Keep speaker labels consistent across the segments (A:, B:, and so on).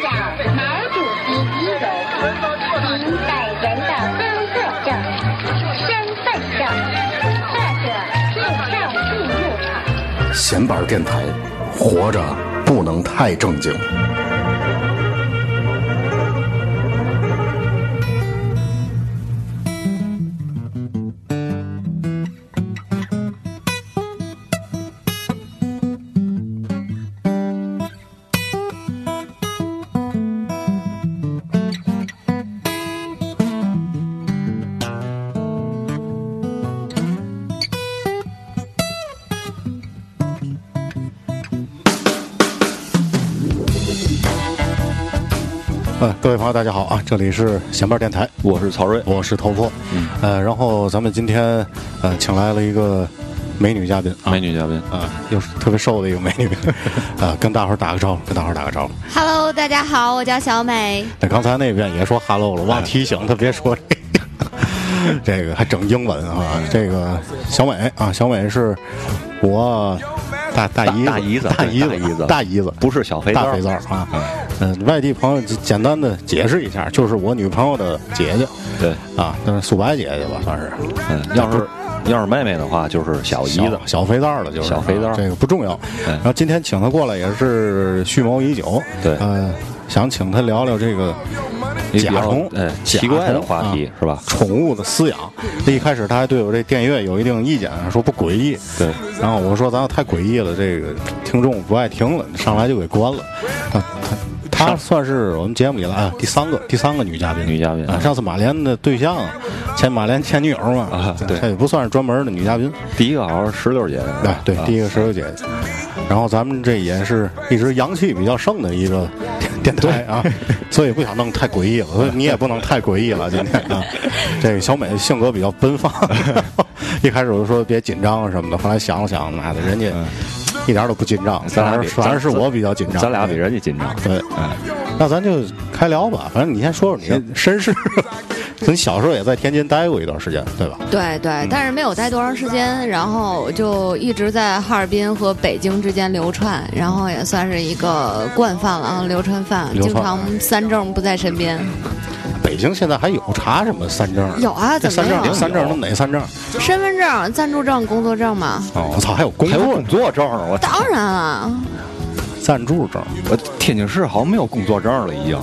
A: 家长、毛主席遗容，您本人的工作证、身份证，或者护照进入口。
B: 闲板电台，活着不能太正经。呃，各位朋友，大家好啊！这里是闲板电台，
C: 我是曹睿，
B: 我是头破。嗯，呃，然后咱们今天呃，请来了一个美女嘉宾啊，
C: 美女嘉宾，
B: 啊，又是特别瘦的一个美女， 啊，跟大伙儿打个招呼，跟大伙儿打个招呼。
D: Hello，大家好，我叫小美。
B: 那刚才那边也说 hello 了，
C: 哎
B: 忘提醒他别说这个， 这个还整英文
C: 哎
B: 啊。这个小美啊，小美是我大大姨
C: 大姨子
B: 大姨
C: 对大姨
B: 子
C: 子
B: 大姨子，
C: 不是小肥
B: 大
C: 皂
B: 肥皂啊。嗯，外地朋友简简单的解释一下，就是我女朋友的姐姐
C: 对，
B: 啊，但是素白姐姐吧，算是
C: 嗯，要是要是妹妹的话，就是小姨
B: 小
C: 子，
B: 小肥皂了，就是啊
C: 小肥皂
B: 这个不重要。
C: 对
B: 然后今天请她过来也是蓄谋已久，
C: 对
B: 呃，想请她聊聊这个
C: 一个比
B: 甲
C: 较
B: 虫，
C: 哎
B: 甲
C: 奇怪的
B: 虫
C: 话题
B: 啊
C: 是吧
B: 宠物的饲养，一开始她还对我这电乐有一定意见，说不诡异，
C: 对，
B: 然后我说咱要太诡异了，这个听众不爱听了，上来就给关了。她她她算是我们节目里来啊第三个第三个女嘉宾，
C: 女嘉宾
B: 啊，
C: 啊
B: 上次马莲的对象，前马莲前女友嘛，
C: 啊对
B: 她也不算是专门的女嘉宾，
C: 第一个好像是石榴姐姐，
B: 哎，对，
C: 啊
B: 第一个石榴姐姐。然后咱们这也是一直阳气比较盛的一个电台啊，所以不想弄太诡异了，所以你也不能太诡异了。今天 啊，这个小美性格比较奔放，一开始我就说别紧张啊什么的，后来想了想，妈的，人家一点都不紧张，
C: 嗯咱
B: 反
C: 俩
B: 而
C: 比
B: 反而是
C: 咱
B: 我比较紧张，
C: 咱俩嗯比人家紧张，
B: 对，那咱就开聊吧。反正你先说说你的身世， 你小时候也在天津待过一段时间，对吧？
D: 对
B: 嗯
D: 对，但是没有待多长时间，然后就一直在哈尔滨和北京之间流窜，然后也算是一个惯犯了啊，流川犯，
B: 流
D: 经
B: 窜嗯
D: 常三正不在身边。
B: 北京现在还有查什么三证的？
D: 有啊
B: 这
D: 怎么
B: 三
D: 没
B: 证
D: 有啊
B: 三证都哪三证？
D: 身份证、暂住证、工作证嘛，
B: 哦，我操，还有工
C: 还有
B: 作
C: 工作证儿，我
D: 当然了，
B: 赞助证，
C: 我天津市好像没有工作证了，已经，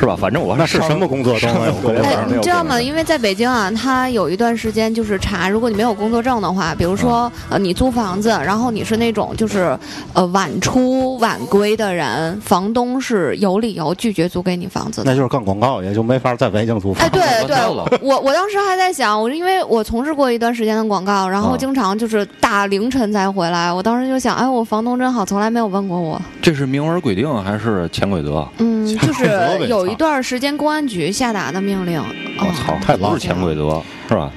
C: 是吧？反正我
B: 那是
C: 上
B: 什么工作证
C: 上
B: 没有工作
C: 对
B: 证
D: 哎，你知道吗？因为在北京啊，他有一段时间就是查，如果你没有工作证的话，比如说、
B: 嗯
D: 呃你租房子，然后你是那种就是呃晚出晚归的人，房东是有理由拒绝租给你房子的
B: 那。就是干广告，也就没法在北京租房。
D: 哎，对
C: 我
D: 对
C: 知道了，
D: 我我当时还在想，我因为我从事过一段时间的广告，然后
C: 嗯
D: 经常就是大凌晨才回来，我当时就想，哎，我房东真好，从来没有问过我。
C: 这是明文规定还是潜规则？
D: 嗯，就
B: 吓死我
D: 是
B: 了
D: 有
B: 操
D: 一段时间公安局下达的命令。
C: 我操
D: 啊，
B: 太浪
C: 不是潜规则是吧？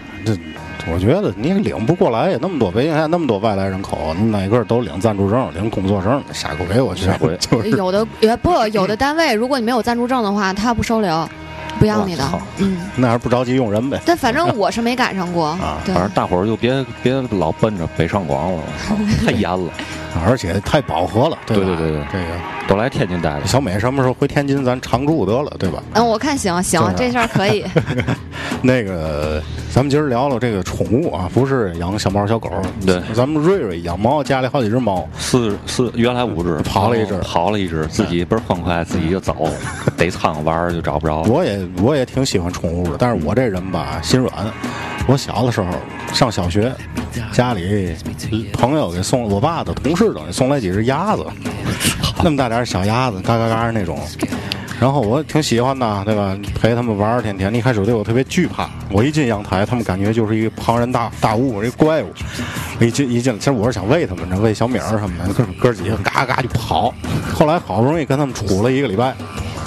B: 我觉得你也领不过来呀，那么多北京还有那么多外来人口，你哪个都领赞助证、领工作证？下回我去，
C: 下回
B: 就是
D: 有的也不有的单位，如果你没有暂住证的话，他不收留，不要你的
C: 我操。
D: 嗯，
B: 那还不着急用人呗。
D: 但反正我是没赶上过。对
C: 反，正大伙儿就别别老奔着北上广了，我操，太严了。
B: 而且太饱和了，吧？
C: 对对对对
B: 这个
C: 都来天津待了，
B: 小美什么时候回天津，咱常住得了，对吧？
D: 嗯，我看行行
B: 就是，
D: 这事儿可以。
B: 那个，咱们今儿聊聊这个宠物啊，不是养小猫小狗。
C: 对
B: 咱们瑞瑞养猫，家里好几只猫，
C: 四四原来 五只，
B: 跑了一嗯只
C: 跑了一只，自己倍儿欢快，自己就走，逮苍蝇玩儿就找不着。
B: 嗯我也我也挺喜欢宠物的，但是我这人吧心软。我小的时候上小学，家里朋友给送，我爸的同事等于送来几只鸭子， 那么大点儿小鸭子，嘎嘎嘎那种。然后我挺喜欢的，对吧？陪他们玩儿，天天。一开始对我特别惧怕，我一进阳台，他们感觉就是一个庞然大大物，一怪物。我一进一进，其实我是想喂他们，这喂小米儿什么的，哥哥几个嘎嘎就跑。后来好不容易跟他们处了一个礼拜，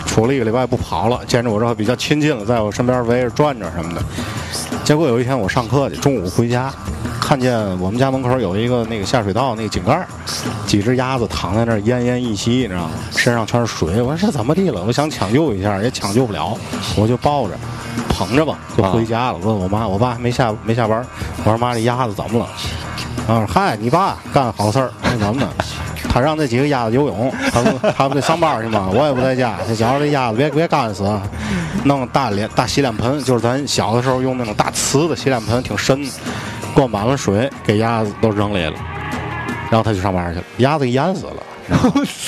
B: 处了一个礼拜不跑了，见着我之后比较亲近了，在我身边围着转转什么的。结果有一天我上课去，中午回家，看见我们家门口有一个那个下水道那个井盖儿，几只鸭子躺在那儿奄奄一息，你知道吗？身上全是水。我说这怎么地了？我想抢救一下，也抢救不了，我就抱着捧着吧，就回家了。问我妈，我爸还没下没下班儿，我说妈，这鸭子怎么了？然后说啊嗨，你爸干好事儿，那怎么的？他让这几个鸭子游泳，他不他不得上班去吗？我也不在家，他想让这鸭子别别干死，啊弄大脸大洗脸盆，就是咱小的时候用那种大瓷的洗脸盆，挺深的，灌满了水，给鸭子都扔里了，然后他去上班去了，鸭子给淹死了。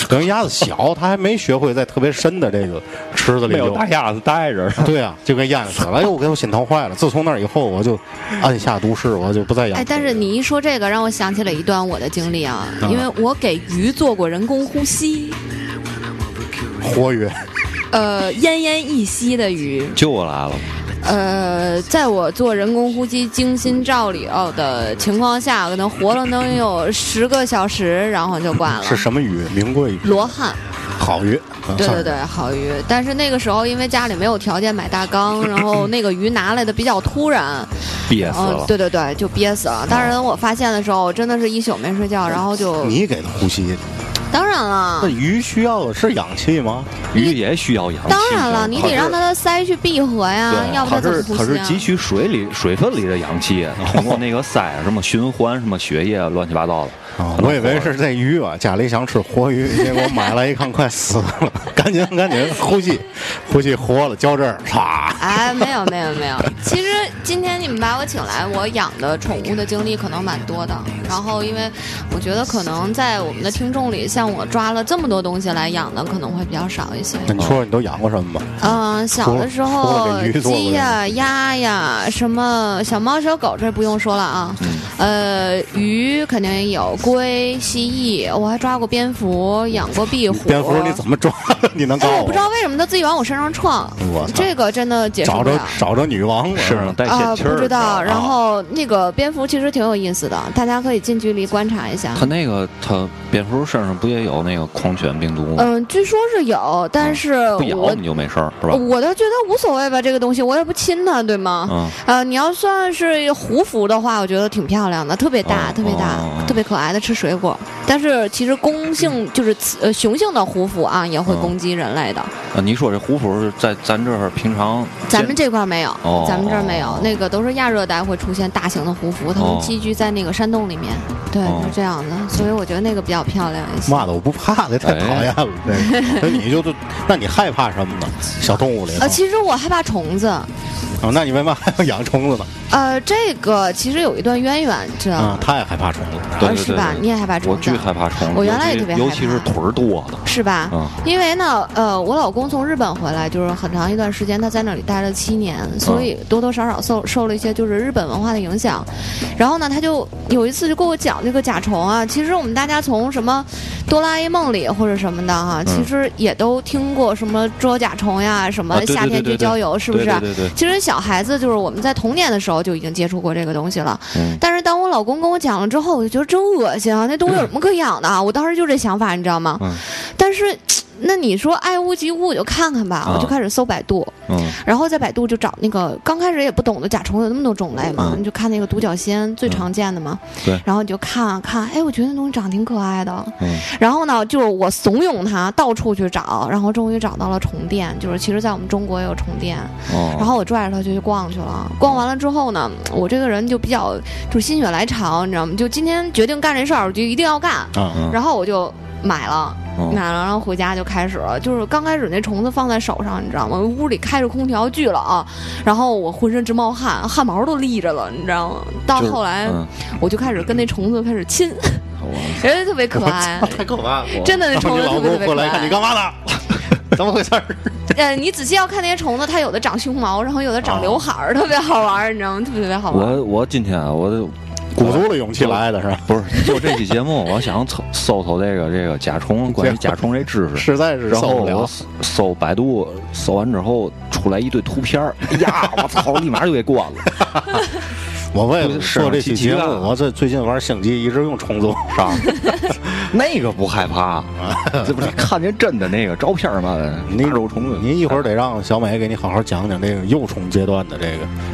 B: 等于鸭子小，它还没学会在特别深的这个池子里
C: 没
B: 游
C: 有。大鸭子带着，
B: 对啊，就给淹死了。哎呦，给我心疼坏了。自从那以后，我就按下毒誓，我就不再养。
D: 哎，但是你一说这个，让我想起了一段我的经历啊，因为我给鱼做过人工呼吸，
B: 活鱼，
D: 呃，奄奄一息的鱼，
C: 救来了。
D: 呃，在我做人工呼吸、精心照料的情况下，可能活了能有十个小时，然后就挂了。
B: 是什么鱼？名贵鱼，
D: 罗汉，
B: 好鱼。嗯
D: 对
B: 算
D: 对
B: 是
D: 对，好鱼。但是那个时候因为家里没有条件买 大缸，然后那个鱼拿来的比较突然，
C: 憋死
D: 嗯、
C: 了，
D: 对对对，就憋死
B: 啊
D: 了。当然我发现的时候，我真的是一宿没睡觉，然后就
B: 你给它呼吸，
D: 当然了
B: 那。鱼需要的是氧气吗？
C: 鱼也需要氧气。
D: 当然了，你得让它的鳃去闭合呀，
C: 对，
D: 要不它
C: 它
D: 怎么
C: 是
D: 呼
C: 它
D: 吸
C: 是
D: 啊？
C: 汲取水里水分里的氧气，通过那个鳃什么循环什么血液乱七八糟的。
B: 啊，
C: 它能
B: 我以为
C: 活着
B: 是这鱼啊，家里想吃活 鱼，结果买来一看快死了，赶紧赶紧呼吸，呼吸活了，浇这儿，唰，
D: 哎，没有没有没有。其实今天你们把我请来，我养的宠物的经历可能蛮多的。然后，因为我觉得可能在我们的听众里，像我抓了这么多东西来养的，可能会比较少一些。
B: 那你说说你都养过什么吧？
D: 嗯，小的时
B: 除
D: 候
B: 了这鱼做过
D: 鸡呀、鸭呀，什么小猫、小狗，这不用说了啊。
B: 嗯
D: 呃，鱼肯定也有，龟、蜥蜴，我还抓过蝙蝠，养过壁虎。
B: 蝙蝠你怎么抓？你能告
D: 哎，
B: 诉
D: 我不知道为什么它自己往我身上撞
B: 我，操
D: 这个真的解释
B: 找
D: 不
B: 着
D: 了。
B: 找着女王了
C: 身上带
D: 啊、
C: 血气儿，
D: 不知道。然
C: 啊
D: 后那个蝙蝠其实挺有意思的，大家可以近距离观察一下
C: 它。那个它蝙蝠身上不也有那个狂犬病毒吗？
D: 嗯，据说是有，
B: 嗯
D: 但是
C: 不咬
D: 我
C: 你就没事儿，是吧？
D: 我倒觉得无所谓吧，这个东西我也不亲它，对吗？
C: 嗯，
D: 呃，你要算是胡服的话，我觉得挺漂亮的，特别大，
C: 哦
D: 特别大，
C: 哦哦
D: 特别可爱的吃水果。但是其实公性就是雌呃雄性的胡服啊，也会攻击人类的。
C: 啊你说这胡服是在咱这儿平常
D: 咱们
C: 见
D: 这块儿没有，
C: 哦
D: 咱们这儿没
C: 哦
D: 有，那个都是亚热带会出现大型的胡服，它们
C: 哦
D: 栖居在那个山洞里面，对，
C: 哦
D: 是这样的。所以我觉得那个比较漂亮一些。
B: 妈的，我不怕，这太讨厌了。这个，那你就就，那你害怕什么呢？小动物里头
D: 呃，其实我害怕虫子，
B: 啊，那你为嘛还要养虫子呢？
D: 呃，这个其实有一段渊源，知道
B: 啊
C: 嗯
D: 吗，？
B: 他也害怕虫子。
C: 对对对
D: 是吧？
C: 对
D: 你也害怕
C: 我
D: 虫子？啊
C: 巨害怕虫子，
D: 我原来也
C: 尤其
D: 特别害
C: 尤其是
D: 怕
C: 腿儿多的，
D: 是吧？
C: 嗯
D: 因为呢，呃，我老公从日本回来，就是很长一段时间，他在那里待了七年，所
C: 嗯
D: 以多多少少受受了一些就是日本文化的影响。然后呢，他就有一次就跟我讲这个甲虫啊，其实我们大家从什么哆啦 A 梦里或者什么的哈、其实也都听过什么捉甲虫呀，什
C: 嗯啊
D: 么
C: 对对
D: 夏天
C: 对对
D: 去郊游，是不是？啊
C: 对对对对，
D: 其实小孩子就是我们在童年的时候就已经接触过这个东西了，
C: 嗯
D: 但是当我老公跟我讲了之后，我就觉得真恶心啊！那东西有什么可养的啊？我当时就这想法，你知道吗？
C: 嗯
D: 但是，那你说爱屋及乌，我就看看吧，
C: 啊
D: 我就开始搜百度，
C: 嗯
D: 然后在百度就找那个刚开始也不懂得甲虫有那么多种类嘛，
C: 嗯
D: 你就看那个独角仙最常见的嘛，
C: 对
D: 然后你就看啊看，哎，我觉得那东西长得挺可爱的，
C: 嗯，
D: 然后呢，就是我怂恿他到处去找，然后终于找到了虫店，就是其实在我们中国也有虫店，
C: 哦，
D: 然后我拽着他就去逛去了。逛完了之后呢，我这个人就比较就是心血来潮，你知道吗？就今天决定干这事儿，我就一定要干。
B: 啊，
C: 嗯
D: 然后我就买了，
C: 嗯
D: 买了，然后回家就开始了。就是刚开始那虫子放在手上，你知道吗？屋里开着空调巨冷、然后我浑身直冒汗，汗毛都立着了，你知道吗？到
C: 就是
D: 后来、
C: 嗯
D: 我就开始跟那虫子开始亲，
C: 我
D: 人家特别可爱，
B: 太可怕了！
D: 真的那
B: 然后
D: 虫
B: 你
D: 子
B: 老
D: 特别特
B: 公
D: 别
B: 过
D: 可
B: 来看
D: 爱
B: 你。干嘛 呢？怎么回事儿？
D: 呃，你仔细要看那些虫子，它有的长胸毛，然后有的长刘海儿，特别好玩儿，你知道吗？特别特别好玩儿。
C: 我我今天啊我
B: 鼓足了勇气来的是吧？
C: 不是做这期节目，我想搜搜搜这个这个甲虫关于甲虫这知识。
B: 实在是
C: 然
B: 受
C: 后
B: 不
C: 我
B: 了。
C: 搜搜百度，搜完之后出来一堆图片儿，哎呀，我操，立马就给关了。
B: 我为了做这期节
C: 是
B: 目
C: 啊，
B: 我这最近玩星际一直用虫族，是吧？
C: 那个不害怕，这不是看见真的那个照片 嘛？
B: 你
C: 肉虫子，
B: 您一会儿得让小美给你好好讲讲这个幼虫阶段的这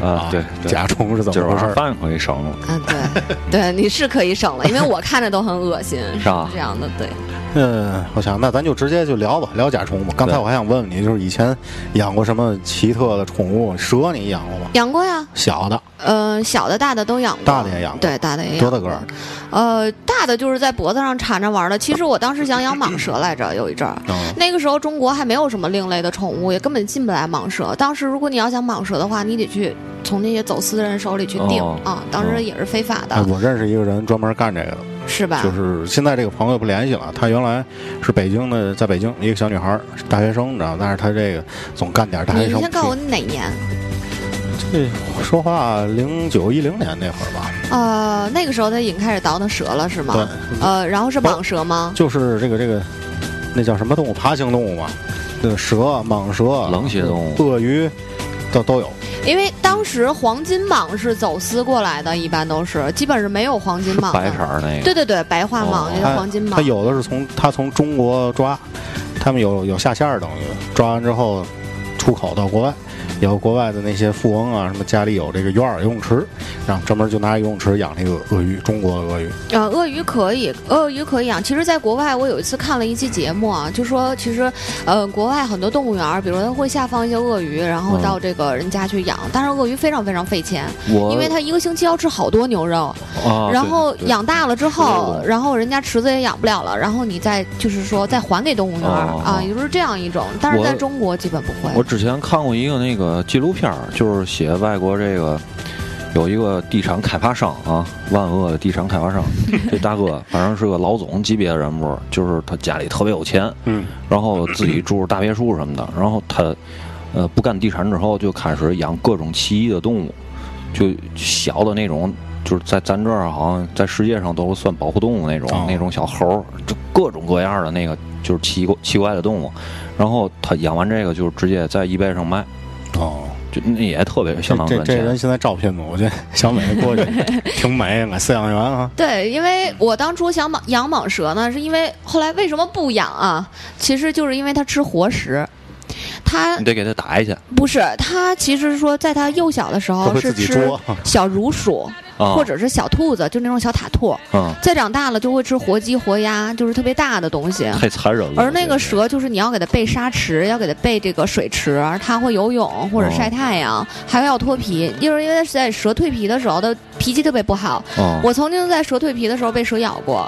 B: 个
C: 啊对对
B: 甲虫是怎
C: 今儿
B: 么
C: 晚
B: 回
C: 上
B: 事？
C: 饭可以省了。
D: 嗯，对，对，你是可以省了，因为我看着都很恶心，
C: 是吧
D: 这样的，对，
B: 嗯，我想那咱就直接就聊吧，聊甲虫吧。刚才
C: 对
B: 我还想问问你，就是以前养过什么奇特的宠物？蛇你养过吗？
D: 养过呀，
B: 小的，
D: 呃，小的、大的都养过，
B: 大的也养过
D: 对，大的也养
B: 多
D: 过
B: 大个儿？
D: 呃，大的就是在脖子上缠着玩儿的。其实我当时想养蟒蛇来着，有一阵儿。
C: 哎
B: 嗯
D: 那个时候中国还没有什么另类的宠物，也根本进不来蟒蛇。当时如果你要想蟒蛇的话，你得去从那些走私的人手里去订、
C: 哦
D: 啊，当时也是非法的，啊
B: 哎我认识一个人专门干这个的，
D: 是吧？
B: 就是现在这个朋友不联系了。她原来是北京的，在北京一个小女孩儿，是大学生，你知道，但是她这个总干点儿大学
D: 你
B: 生
D: 先告诉我
B: 屁。
D: 你哪年？
B: 这说话零九一零年那会儿吧，
D: 呃，那个时候他已经开始倒腾蛇了，是吗？
B: 对
D: 呃，然后是蟒蛇吗？
B: 就是这个这个，那叫什么动物？爬行动物嘛，那个蛇、蟒蛇、
C: 冷血动物
B: 鳄鱼，都都有。
D: 因为当时黄金蟒是走私过来的，一般都是，基本是没有黄金蟒的。
C: 白色儿那个，
D: 对对对，白化蟒
C: 哦
D: 也叫黄金
B: 它
D: 蟒。
B: 有的是从它从中国抓，他们有有下线儿，等于抓完之后出口到国外，有国外的那些富翁啊，什么家里有这个院儿游泳池，然后专门就拿游泳池养这个鳄鱼，中国鳄鱼。
D: 呃，鳄鱼可以，鳄鱼可以养。其实，在国外，我有一次看了一期节目啊，就说其实，呃，国外很多动物园儿，比如它会下放一些鳄鱼，然后
C: 嗯
D: 到这个人家去养。但是鳄鱼非常非常费钱，
C: 我
D: 因为它一个星期要吃好多牛肉，
C: 哦啊
D: 然后
C: 对对
D: 养大了之
C: 对
D: 后
C: 对，对
D: 然后人家池子也养不了了，然后你再就是说再还给动物园儿
C: 哦
D: 啊，也就是这样一种。但是
C: 我
D: 在中国基本不会
C: 我。之前看过一个那个纪录片儿，就是写外国这个有一个地产开发商啊，万恶的地产开发 商，这大哥反正是个老总级别的人物，就是他家里特别有钱，
B: 嗯，
C: 然后自己住着大别墅什 么的，然后他呃不干地产之后就开始养各种奇异的动物，就小的那种。就是在咱这儿，好像在世界上都是算保护动物那种，
B: 哦
C: 那种小猴儿，就各种各样的那个，就是奇怪奇怪的动物。然后他养完这个，就是直接在 eBay 上卖，
B: 哦，
C: 就那也特别
B: 这
C: 相当
B: 这
C: 赚
B: 这
C: 钱
B: 人。现在招聘吗？我觉得小美过去挺美，买饲养员啊。
D: 对，因为我当初想蟒养蟒蛇呢，是因为后来为什么不养啊？其实就是因为它吃活食，它
C: 你得给他打一下
D: 不是它，其实说在它幼小的时
B: 它
D: 候
B: 会
D: 是
B: 自己
D: 吃
B: 捉
D: 小乳鼠
C: 啊，
D: 或者是小兔子，就那种小塔兔。
C: 嗯，
D: 再长大了就会吃活鸡、活鸭，就是特别大的东西。
C: 太残忍了。
D: 而那个
C: 我觉得
D: 蛇就是你要给它备沙池，要给它备这个水池，它会游泳或者晒太阳，还要脱皮，就是因为在蛇蜕皮的时候，它脾气特别不好，
C: 嗯
B: 哦
D: 我曾经在蛇蜕皮的时候被蛇咬过，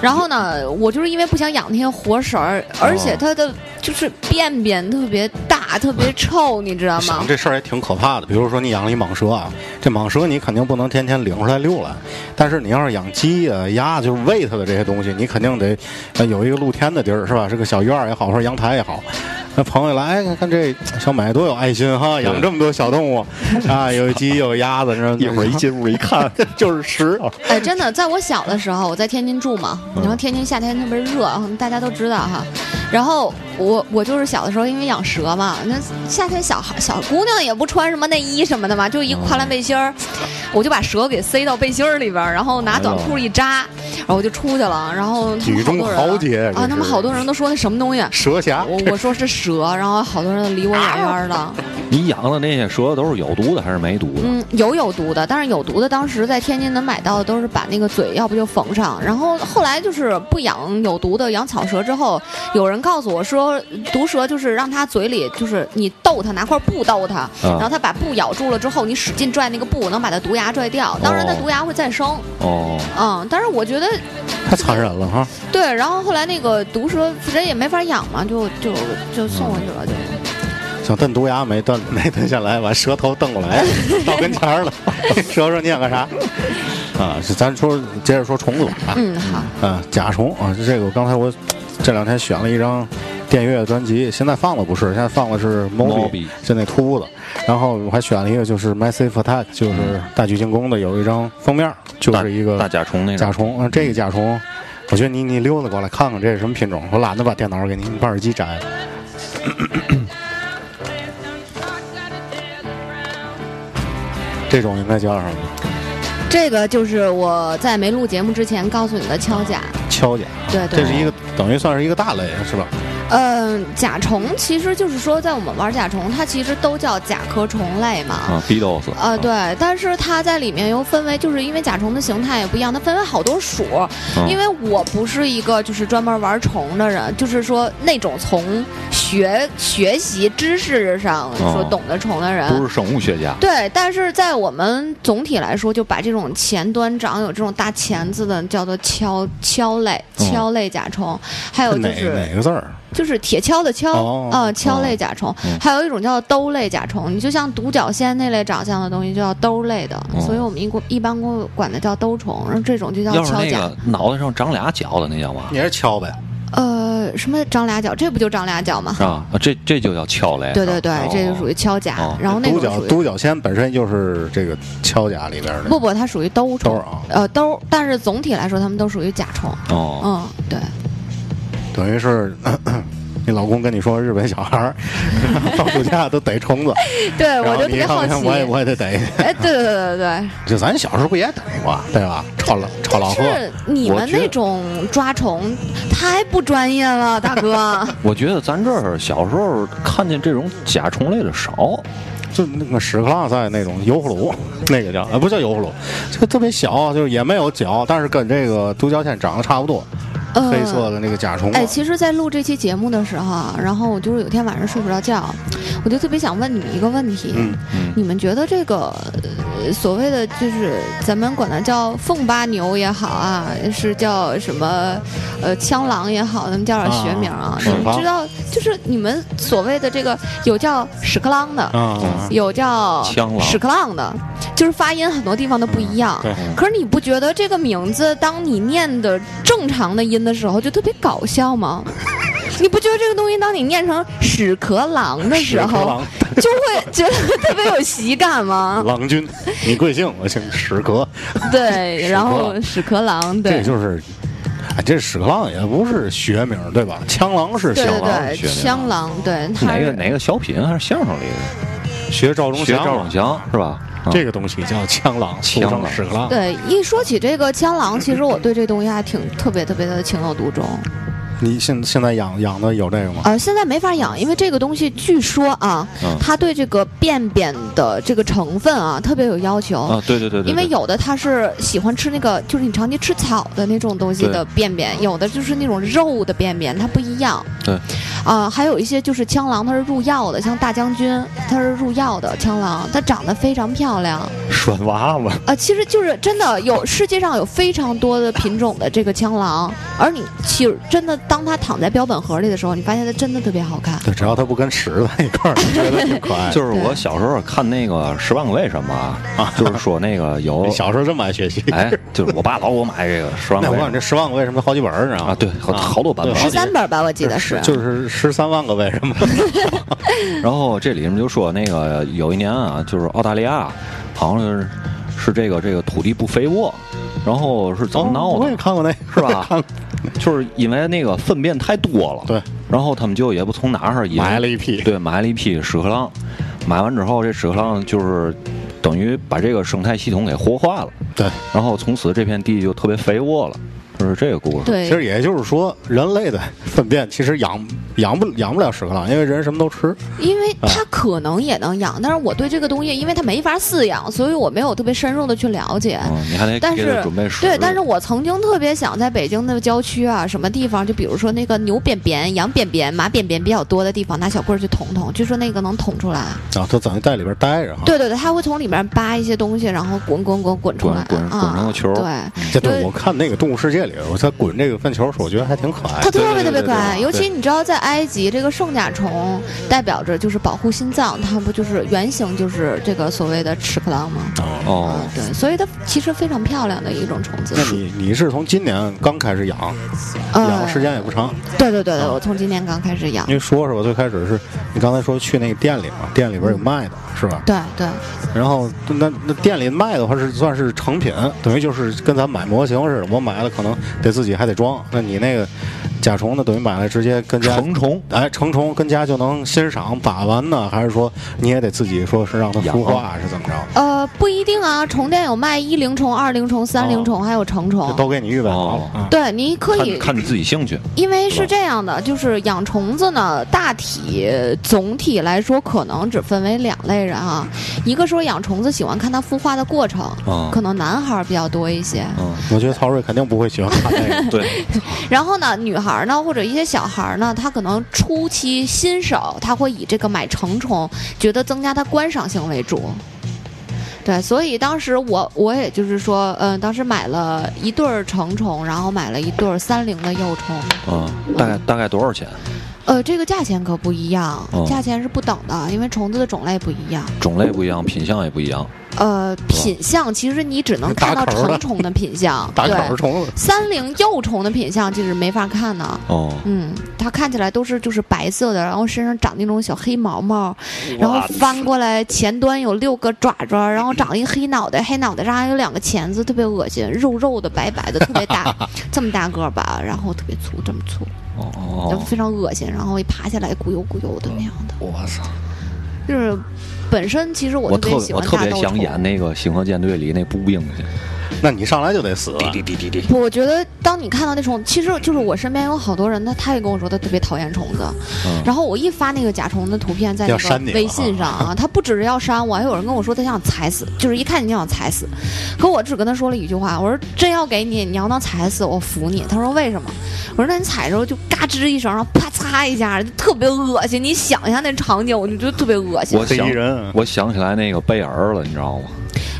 D: 然后呢，我就是因为不想养那些活蛇儿，而且它的就是便便特别大，特别臭，你知道吗
B: 想？这事儿也挺可怕的。比如说你养了一蟒蛇啊，这蟒蛇你肯定不能天天领出来溜来，但是你要是养鸡啊、鸭，就是喂它的这些东西，你肯定得呃有一个露天的地儿，是吧？是个小院儿也好，或者阳台也好。那朋友来哎看看这小美多有爱心哈，养这么多小动物啊，有鸡有鸭子，这一会儿一进屋一看 就是食啊。
D: 哎，真的，在我小的时候，我在天津住嘛，
B: 嗯
D: 然后天津夏天特别热，嗯大家都知道哈。然后我我就是小的时候因为养蛇嘛，那夏天小孩小姑娘也不穿什么内衣什么的嘛，就一
B: 嗯
D: 个跨栏背心儿，我就把蛇给塞到背心儿里边儿，然后
B: 哎
D: 拿短裤一扎，然后我就出去了。然后他们
B: 举
D: 好
B: 中
D: 多人
B: 豪杰
D: 啊，
B: 这
D: 他们
B: 是
D: 好多人都说那什 么东西。
B: 蛇侠，
D: 我我说是蛇，然后好多人离我远远
B: 啊
D: 的。
C: 你养的那些蛇都是有毒的还是没毒的？
D: 嗯，有有毒的，但是有毒的当时在天津能买到的都是把那个嘴，要不就缝上。然后后来就是不养有毒的养草蛇之后，有人告诉我说，毒蛇就是让它嘴里就是你逗它，拿块布逗它，
C: 啊
D: 然后它把布咬住了之后，你使劲拽那个布，能把它毒牙拽掉。当然它
C: 哦
D: 毒牙会再生，
C: 哦，
D: 嗯，但是我觉得
B: 太残忍了哈。
D: 对。然后后来那个毒蛇人也没法养嘛，就就就送回去了，就。
B: 想蹬毒牙没蹬没蹬下来，把蛇头蹬过来到跟前儿了。 蛇说你想干啥？啊，是咱说接着说虫子吧啊，
D: 嗯，好。
B: 啊，甲虫啊，这个我刚才我这两天选了一张电乐专辑，现在放的不是，现在放的是 Moby，
C: Moby
B: 就那秃子。然后我还选了一个就是 Massive Attack，就是大举进攻的，有一张封面就
C: 大
B: 是一个
C: 大甲虫那种
B: 甲。虫，啊，这个甲虫，我觉得你你溜达过来看看这是什么品种，我懒得把电脑给你，你把耳机摘了。这种应该叫什么？
D: 这个就是我在没录节目之前告诉你的敲甲，
B: 锹甲，
D: 对对，
B: 这是一个等于算是一个大类是吧？
D: 嗯、甲虫其实就是说，在我们玩甲虫，它其实都叫甲壳虫类嘛。
C: 啊，Beatles
D: 啊，对，但是它在里面又分为，就是因为甲虫的形态也不一样，它分为好多属。
C: 嗯
D: 因为我不是一个就是专门玩虫的人，就是说那种从学学习知识上说
C: 哦
D: 懂得虫的人，
B: 啊
C: 不是生物学家，
D: 对，但是在我们总体来说，就把这种前端长有这种大钳子的叫做锹锹类
C: 嗯
D: 锹类甲虫，还有哦就
B: 哪
D: 是
B: 哪个字儿？
D: 就是铁锹的锹，
B: 哦
D: 呃，锹类甲虫，
C: 嗯
D: 还有一种叫兜类甲虫，你就像独角仙那类长相的东西就叫兜类的，
C: 哦
D: 所以我们一一般管管它叫兜虫，然后这种就叫
C: 要是
D: 锹
C: 那
D: 甲。
C: 个脑袋上长俩角的那叫
D: 哦
C: 嘛，
B: 也是敲呗。
D: 呃，什么长俩角，这不就长俩角吗
C: 是？吧？啊这这就叫鞘
B: 哎
C: 类，
D: 对对对，
C: 哦
D: 这就属于锹甲，
C: 哦
D: 然后那
B: 独
D: 种
B: 角
D: 属于
B: 独角仙本身就是这个锹甲里边的
D: 不不，它属于兜
B: 兜
D: 虫，
B: 儿啊，
D: 呃兜，但是总体来说它们都属于甲虫。
C: 哦，
D: 嗯， 对，
B: 等于是 咳咳你老公跟你说日本小孩儿 放暑假都逮虫子，
D: 对
B: 然
D: 我
B: 后
D: 就特
B: 你
D: 别
B: 看
D: 好
B: 我
D: 奇
B: 看。 我也我也得逮。
D: 哎，对对对对对，
B: 就咱小时候不也逮过，对吧？炒老炒老
D: 但
B: 鹤，
D: 是你
C: 我
D: 们
C: 觉得
D: 那种抓虫太不专业了，大 哥。
C: 我觉得咱这儿小时候看见这种甲虫类的少，
B: 就那个屎壳郎赛那种油葫芦，那个叫啊，不叫油葫芦，这个特别小，啊就是也没有脚，但是跟这个独角仙长得差不多，
D: 嗯
B: 黑色的那个甲虫啊嘛。
D: 哎，其实，在录这期节目的时候啊，然后我就是有天晚上睡不着觉，我就特别想问你们一个问题：
B: 嗯
D: 你们觉得这个、呃所谓的就是咱们管它叫凤八牛也好啊，是叫什么呃枪狼也好，咱们叫点学名
B: 啊
D: 啊，你
B: 屎壳
D: 们
B: 郎
D: 知道，就是你们所谓的这个有叫屎壳郎的，
B: 啊，
D: 有叫
C: 枪狼
D: 屎壳郎的，就是发音很多地方都不一
C: 嗯
D: 样。
B: 对
D: 可是你不觉得这个名字，当你念的正常的音的时候，就特别搞 笑吗？你不觉得这个东西，当你念成屎壳郎的时
B: 屎壳
D: 候
B: 郎，
D: 就会觉得特别有喜 感吗？
B: 郎君，你贵姓？我姓屎壳，
D: 对，然后屎壳郎，
B: 这
D: 对。
B: 就是。哎，这屎壳郎也不是学名，对吧？枪狼是
D: 对
B: 学
D: 对
B: 名，
D: 对，
C: 学名
D: 香郎，
B: 嗯
D: 对，他
C: 哪个
D: 是
C: 哪个小品还是相声里的
B: 学赵忠
C: 学
B: 祥嘛，
C: 赵永祥是吧？啊
B: 这个东西叫枪狼，俗
C: 枪
B: 称
C: 狼
B: 屎壳郎。
D: 对，一说起这个枪狼，其实我对这东西还挺特别特别的情有独钟。
B: 你现现在养养的有这个吗？
D: 呃，现在没法养，因为这个东西据说啊，
C: 嗯
D: 它对这个便便的这个成分啊特别有要求。
C: 啊，对对对对，
D: 因为
C: 对
D: 有的它是喜欢吃那个，就是你长期吃草的那种东西
C: 对
D: 的便便，有的就是那种肉的便便，它不一样。
C: 对，
D: 啊、还有一些就是枪狼，它是入药的，像大将军，它是入药的枪狼，它长得非常漂亮。
B: 拴娃娃，
D: 啊，其实就是真的有世界上有非常多的品种的这个枪狼，而你其实真的当它躺在标本盒里的时候，你发现它真的特别好看。
B: 对，只要它不跟屎在一块儿，觉得挺可爱的。
C: 就是我
D: 对
C: 小时候看那个《十万个为什么》 啊，就是说那个有
B: 你小时候这么爱学习，
C: 哎，就是我爸老给我买这个《十万
B: 那
C: 个
B: 我告诉
C: 为什
B: 你，
C: 么
B: 这十万个为什么好几本儿呢？》
C: 啊，对，好好多版本
B: 对。
D: 十三本儿吧，我记得是。啊
B: 就是十三万个为什么。
C: 然后这里面就说那个有一年啊，就是澳大利亚，好像是是这个这个土地不肥沃，然后是怎么闹
B: 哦我
C: 的
B: 也？看过那，
C: 是吧就是因为那个粪便太多了，
B: 对，
C: 然后他们就也不从哪儿也
B: 埋了一批
C: 对，埋了一批屎壳郎，买完之后这屎壳郎就是等于把这个生态系统给活化了，
B: 对，
C: 然后从此这片地就特别肥沃了，就是这个故事。
B: 其
D: 对
B: 实也就是说，人类的粪便其实养养不养不了屎壳郎，因为人什么都吃。
D: 因为
B: 啊
D: 它可能也能养，但是我对这个东西，因为它没法饲养，所以我没有特别深入的去了解。
C: 嗯，你还得
D: 但
C: 给
D: 是
C: 它准备水。
D: 对，但是我曾经特别想在北京的郊区啊，什么地方，就比如说那个牛便便、羊便便、马便便比较多的地方，拿小棍儿去捅捅，据说那个能捅出来。
B: 啊，它等于在里边待着哈。
D: 对对对，它会从里面扒一些东西，然后滚滚滚滚出
C: 滚
D: 来，
C: 滚滚
D: 啊
C: 成个球
D: 对，
B: 这对
D: 对
B: 我看那个《动物世界》里，我在滚这个粪球的时候，我觉得还挺可爱的。
D: 它特别特别可爱。
C: 对
D: 尤其你知道，在埃及，这个圣甲虫代表着就是保护心脏，它不就是原型就是这个所谓的屎壳郎吗？
C: 哦
D: 啊，，对，所以它其实非常漂亮的一种虫子呃
B: 那。你你是从今年刚开始养，
D: 嗯
B: 养的时间也啊不长。
D: 对对对对，我从今年刚开始养。
B: 您说说吧，最开始是你刚才说去那个店里嘛，店里边有卖的，是吧？
D: 对对，
B: 然后那那店里卖的话是算是成品，等于就是跟咱买模型似的，我买了可能得自己还得装。那你那个甲虫呢，等于买来直接跟家
C: 成虫
B: 哎，成虫跟家就能欣赏把玩呢，还是说你也得自己说是让它孵化是怎么着？
D: 呃，不一定啊，虫店有卖一零虫、二零虫、三零虫，还有成虫
B: 哦这。都给你预备好了
C: 哦。
B: 嗯
D: 对，你可以
C: 看看你自己兴趣。
D: 因为是这样的，就是养虫子呢，大体呃总体来说可能只分为两类人啊。一个说养虫子喜欢看它孵化的过程，
B: 哦
C: 嗯
D: 可能男孩儿比较多一些。
C: 嗯，
B: 我觉得曹睿肯定不会喜欢看 那个
C: 。对，
D: 然后呢，女孩儿呢或者一些小孩儿呢，他可能初期新手，他会以这个买成虫，觉得增加他观赏性为主。对，所以当时我我也就是说，嗯，当时买了一对儿成虫，然后买了一对儿三龄的幼虫。
C: 嗯，大概大概多少钱？
D: 呃，这个价钱可不一样
C: 哦，
D: 价钱是不等的，因为虫子的种类不一样。
C: 种类不一样，品相也不一样。
D: 呃，品相其实你只能看到
B: 打口儿的
D: 成虫的品 相，
B: 打口
D: 对
B: 儿，虫子，
D: 三龄幼虫的品相其实没法看呢。
C: 哦，
D: 嗯，它看起来都是就是白色的，然后身上长那种小黑毛毛，然后翻过来前端有六个爪爪，然后长一黑脑袋，黑 脑袋上还有两个钳子，特别恶心，肉肉的白白的，特别 大，这么大个儿吧，然后特别粗，这么粗，
C: 哦哦
D: 就
C: 哦，
D: 非常恶心，然后一爬下来咕悠咕悠的那样的，
C: 我操！
D: 就是本身其实我
C: 我
D: 特
C: 特
D: 别喜
C: 我
D: 欢
C: 特
D: 大
C: 别
D: 豆
C: 想
D: 虫。
C: 演那个《星河舰队》里那步兵去。
B: 那你上来就得死。
D: 不，我觉得当你看到那虫，其实就是我身边有好多人，他他也跟我说他特别讨厌虫子，
C: 嗯
D: 然后我一发那个甲虫的图片在那
B: 要
D: 个
B: 删你了
D: 微信上 啊，他不只是要删我，还有人跟我说他想踩死，就是一看你就想踩死，可我只跟他说了一句话，我说真要给你，你要能踩死我服你。他说为什么？我说那你踩的时候就嘎吱一声，然后啪嚓一下，就特别恶心。你想一下那场景，我就觉得特别恶心
C: 我，
B: 黑
C: 想
B: 衣人
C: 我想起来那个贝尔了，你知道吗？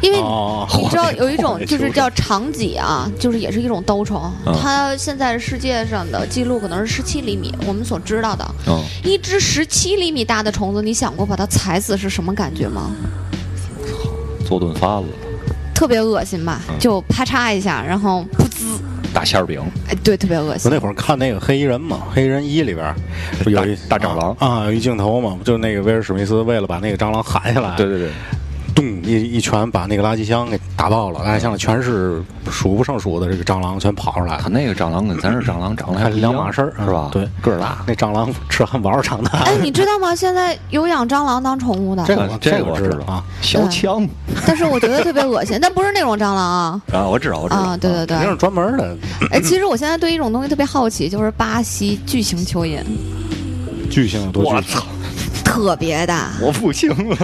D: 因为
B: 哦，
D: 你知道有一种
B: 我
D: 就是叫长戟啊，就是也是一种兜虫
C: 嗯，
D: 它现在世界上的记录可能是十七厘米，我们所知道的，
B: 哦
C: 嗯，
D: 一只十七厘米大的虫子，你想过把它踩死是什么感觉吗？
C: 做顿饭了，
D: 特别恶心吧，
B: 嗯
D: 就啪嚓一下，然后噗滋，
C: 大馅儿饼，
D: 哎，对，特别恶
B: 我
D: 心。
B: 那会儿看那个《黑衣人》嘛，《黑衣人一》里边儿不有一
C: 大大蟑螂
B: 啊，有一镜头嘛，就是那个威尔史密斯为了把那个蟑螂喊下来，
C: 对对对，
B: 咚一一拳把那个垃圾箱给打爆了，垃圾箱里全是数不胜数的这个蟑螂全跑出来
C: 他，那个蟑螂跟咱这蟑螂长得还
B: 还
C: 不一
B: 两
C: 样
B: 码事儿
C: 是
B: 嗯？
C: 吧
B: 对，
C: 个儿大。
B: 那蟑螂吃汉堡长大
D: 哎，你知道吗？现在有养蟑螂当宠物
B: 这
D: 的，
B: 个
C: 啊
B: 我
C: 这
B: 这
C: 个
B: 个
C: 我
B: 我
C: 知
B: 知
C: 道
B: 道啊，
C: 小
D: 嗯
C: 枪
D: 但是我觉得特别恶心，但不是那种蟑 螂啊。
C: 啊，我知道，我知道
D: 啊，对对对
B: 肯，定是专门的
D: 哎，其实我现在对一种东西特别好奇，就是巴西巨型蚯蚓，
B: 巨星有多巨
C: 我
B: 型
C: 操，
D: 特别大。
C: 我不行了。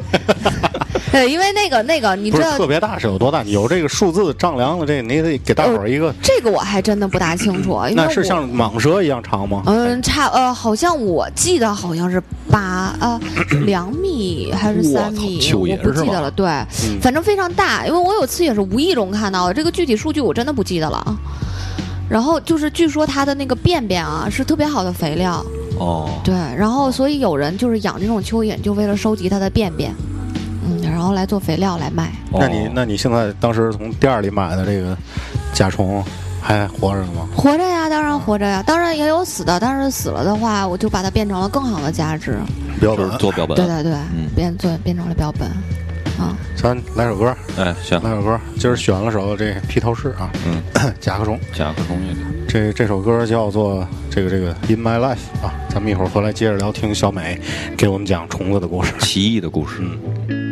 D: 对，因为那个那个，你
B: 不
D: 知
B: 是
D: 道
B: 特别大是有多大？有这个数字丈量的这，你得给大伙儿一个。
D: 这个我还真的不大清楚，呃因
B: 嗯
D: 为
B: 那
D: 我
B: 是像蟒蛇一样长吗？
D: 嗯差呃，好像我记得好像是八啊两米还是三米
C: 我，操蚯蚓
D: 我不记得了。对，反正非常大，因为我有次也是无意中看到的，这个具体数据我真的不记得了啊。然后就是，据说它的那个便便啊是特别好的肥料，
C: 哦，
D: 对。然后所以有人就是养这种蚯蚓，就为了收集它的便便，嗯，然后来做肥料来卖。
B: 那你
C: 哦
B: 那你现在当时从店儿里买的这个甲虫还活着呢吗？
D: 活着呀，当然活着
B: 嗯
D: 呀，当然也有死的，但是死了的话，我就把它变成了更好的价值。
B: 标
C: 就是做标本。
D: 对对对，
C: 嗯
D: 变做变成了标本。啊，
B: 咱来首歌，
C: 哎，行，
B: 来首歌。今儿选了首这披头士啊，
C: 嗯，
B: 甲壳虫。
C: 甲壳虫乐队。
B: 这这首歌叫做这个这个 In My Life 啊，咱们一会儿回来接着聊，听小美给我们讲虫子的故事。
C: 奇异的故事。
B: 嗯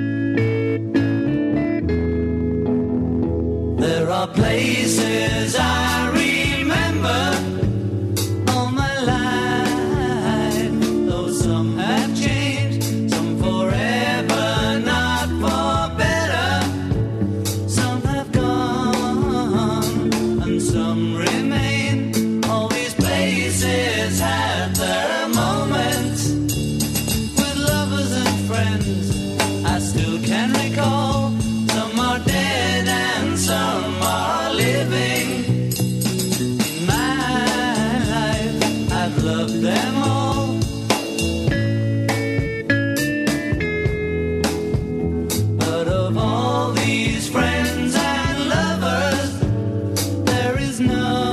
E: There are places I remember all my life, though some have changed, some forever, not for better. Some have gone and some remain. All these places had their moments with lovers and friends. I still can recall. Some are dead and some are living. In my life, I've loved them all. But of all these friends and lovers, there is no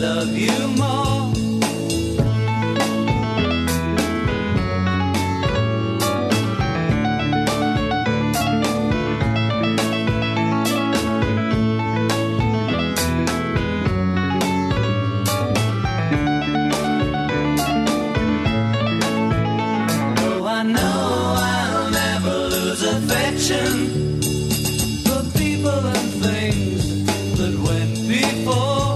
E: love you more. Though Oh, I know I'll never lose affection for people and things that went before.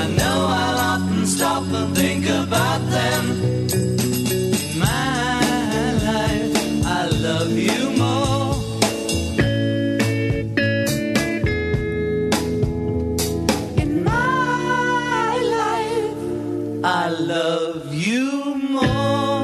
E: I know I'll often stop and think about them. My life, I love you more. In my life, I love you more.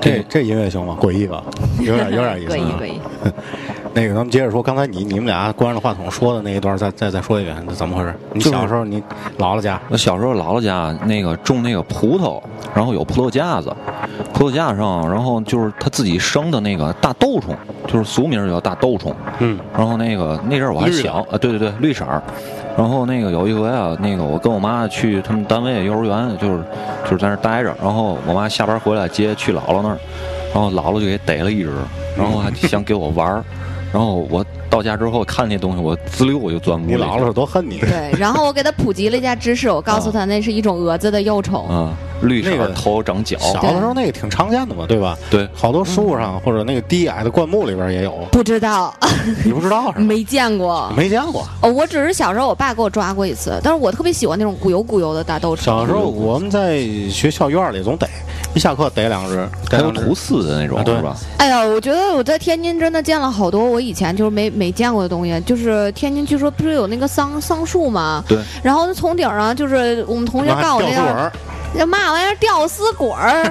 B: 这 这音乐行吗？诡异 吧，有点有点意思、啊。
D: 诡异诡异。
B: 那个，咱们接着说，刚才你你们俩关着话筒说的那一段，再再再说一遍，怎么回事？你
C: 就是
B: 小时候你姥姥家
C: 我小时候姥姥家那个种那个葡萄，然后有葡萄架子，葡萄架上，然后就是他自己生的那个大豆虫，就是俗名儿叫大豆虫。
B: 嗯，
C: 然后那个那阵儿我还
B: 绿的
C: 小啊，对对对，绿色儿。然后那个有一回啊，那个我跟我妈去他们单位幼儿园，就是就是在那儿待着，然后我妈下班回来接去姥姥那儿，然后姥姥就给逮了一只，然 后还想给我玩儿，然后我到家之后看那东西，我滋溜我就钻屋
B: 你
C: 里去。
B: 姥姥有多恨你？
D: 对，然后我给他普及了一下知识，我告诉
B: 啊
D: 他那是一种蛾子的幼虫。
C: 啊，绿色
B: 那个
C: 儿头长角，
B: 小的时候那个挺常见的嘛，对吧？
C: 对
B: 好多树上或者那个低矮的灌木里边也有，
D: 不知道，
B: 你不知道是吧？
D: 没见过。
B: 啊没见过。
D: 哦，我只是小时候我爸给我抓过一次，但是我特别喜欢那种鼓油鼓油的大豆虫。
B: 小时候我们在学校院里总逮，一下课逮两只，逮
C: 还有
B: 两只
C: 图刺的那种
B: 啊对
C: 是吧？
D: 哎呀，我觉得我在天津真的见了好多我以前就是没没见过的东西，就是天津据说不是有那个桑桑树吗？
C: 对。
D: 然后从顶上就是我们同学
B: 然后还
D: 告诉
B: 吊
D: 我那
B: 丝
D: 叫
B: 纹儿
D: 那嘛玩意儿吊丝果儿，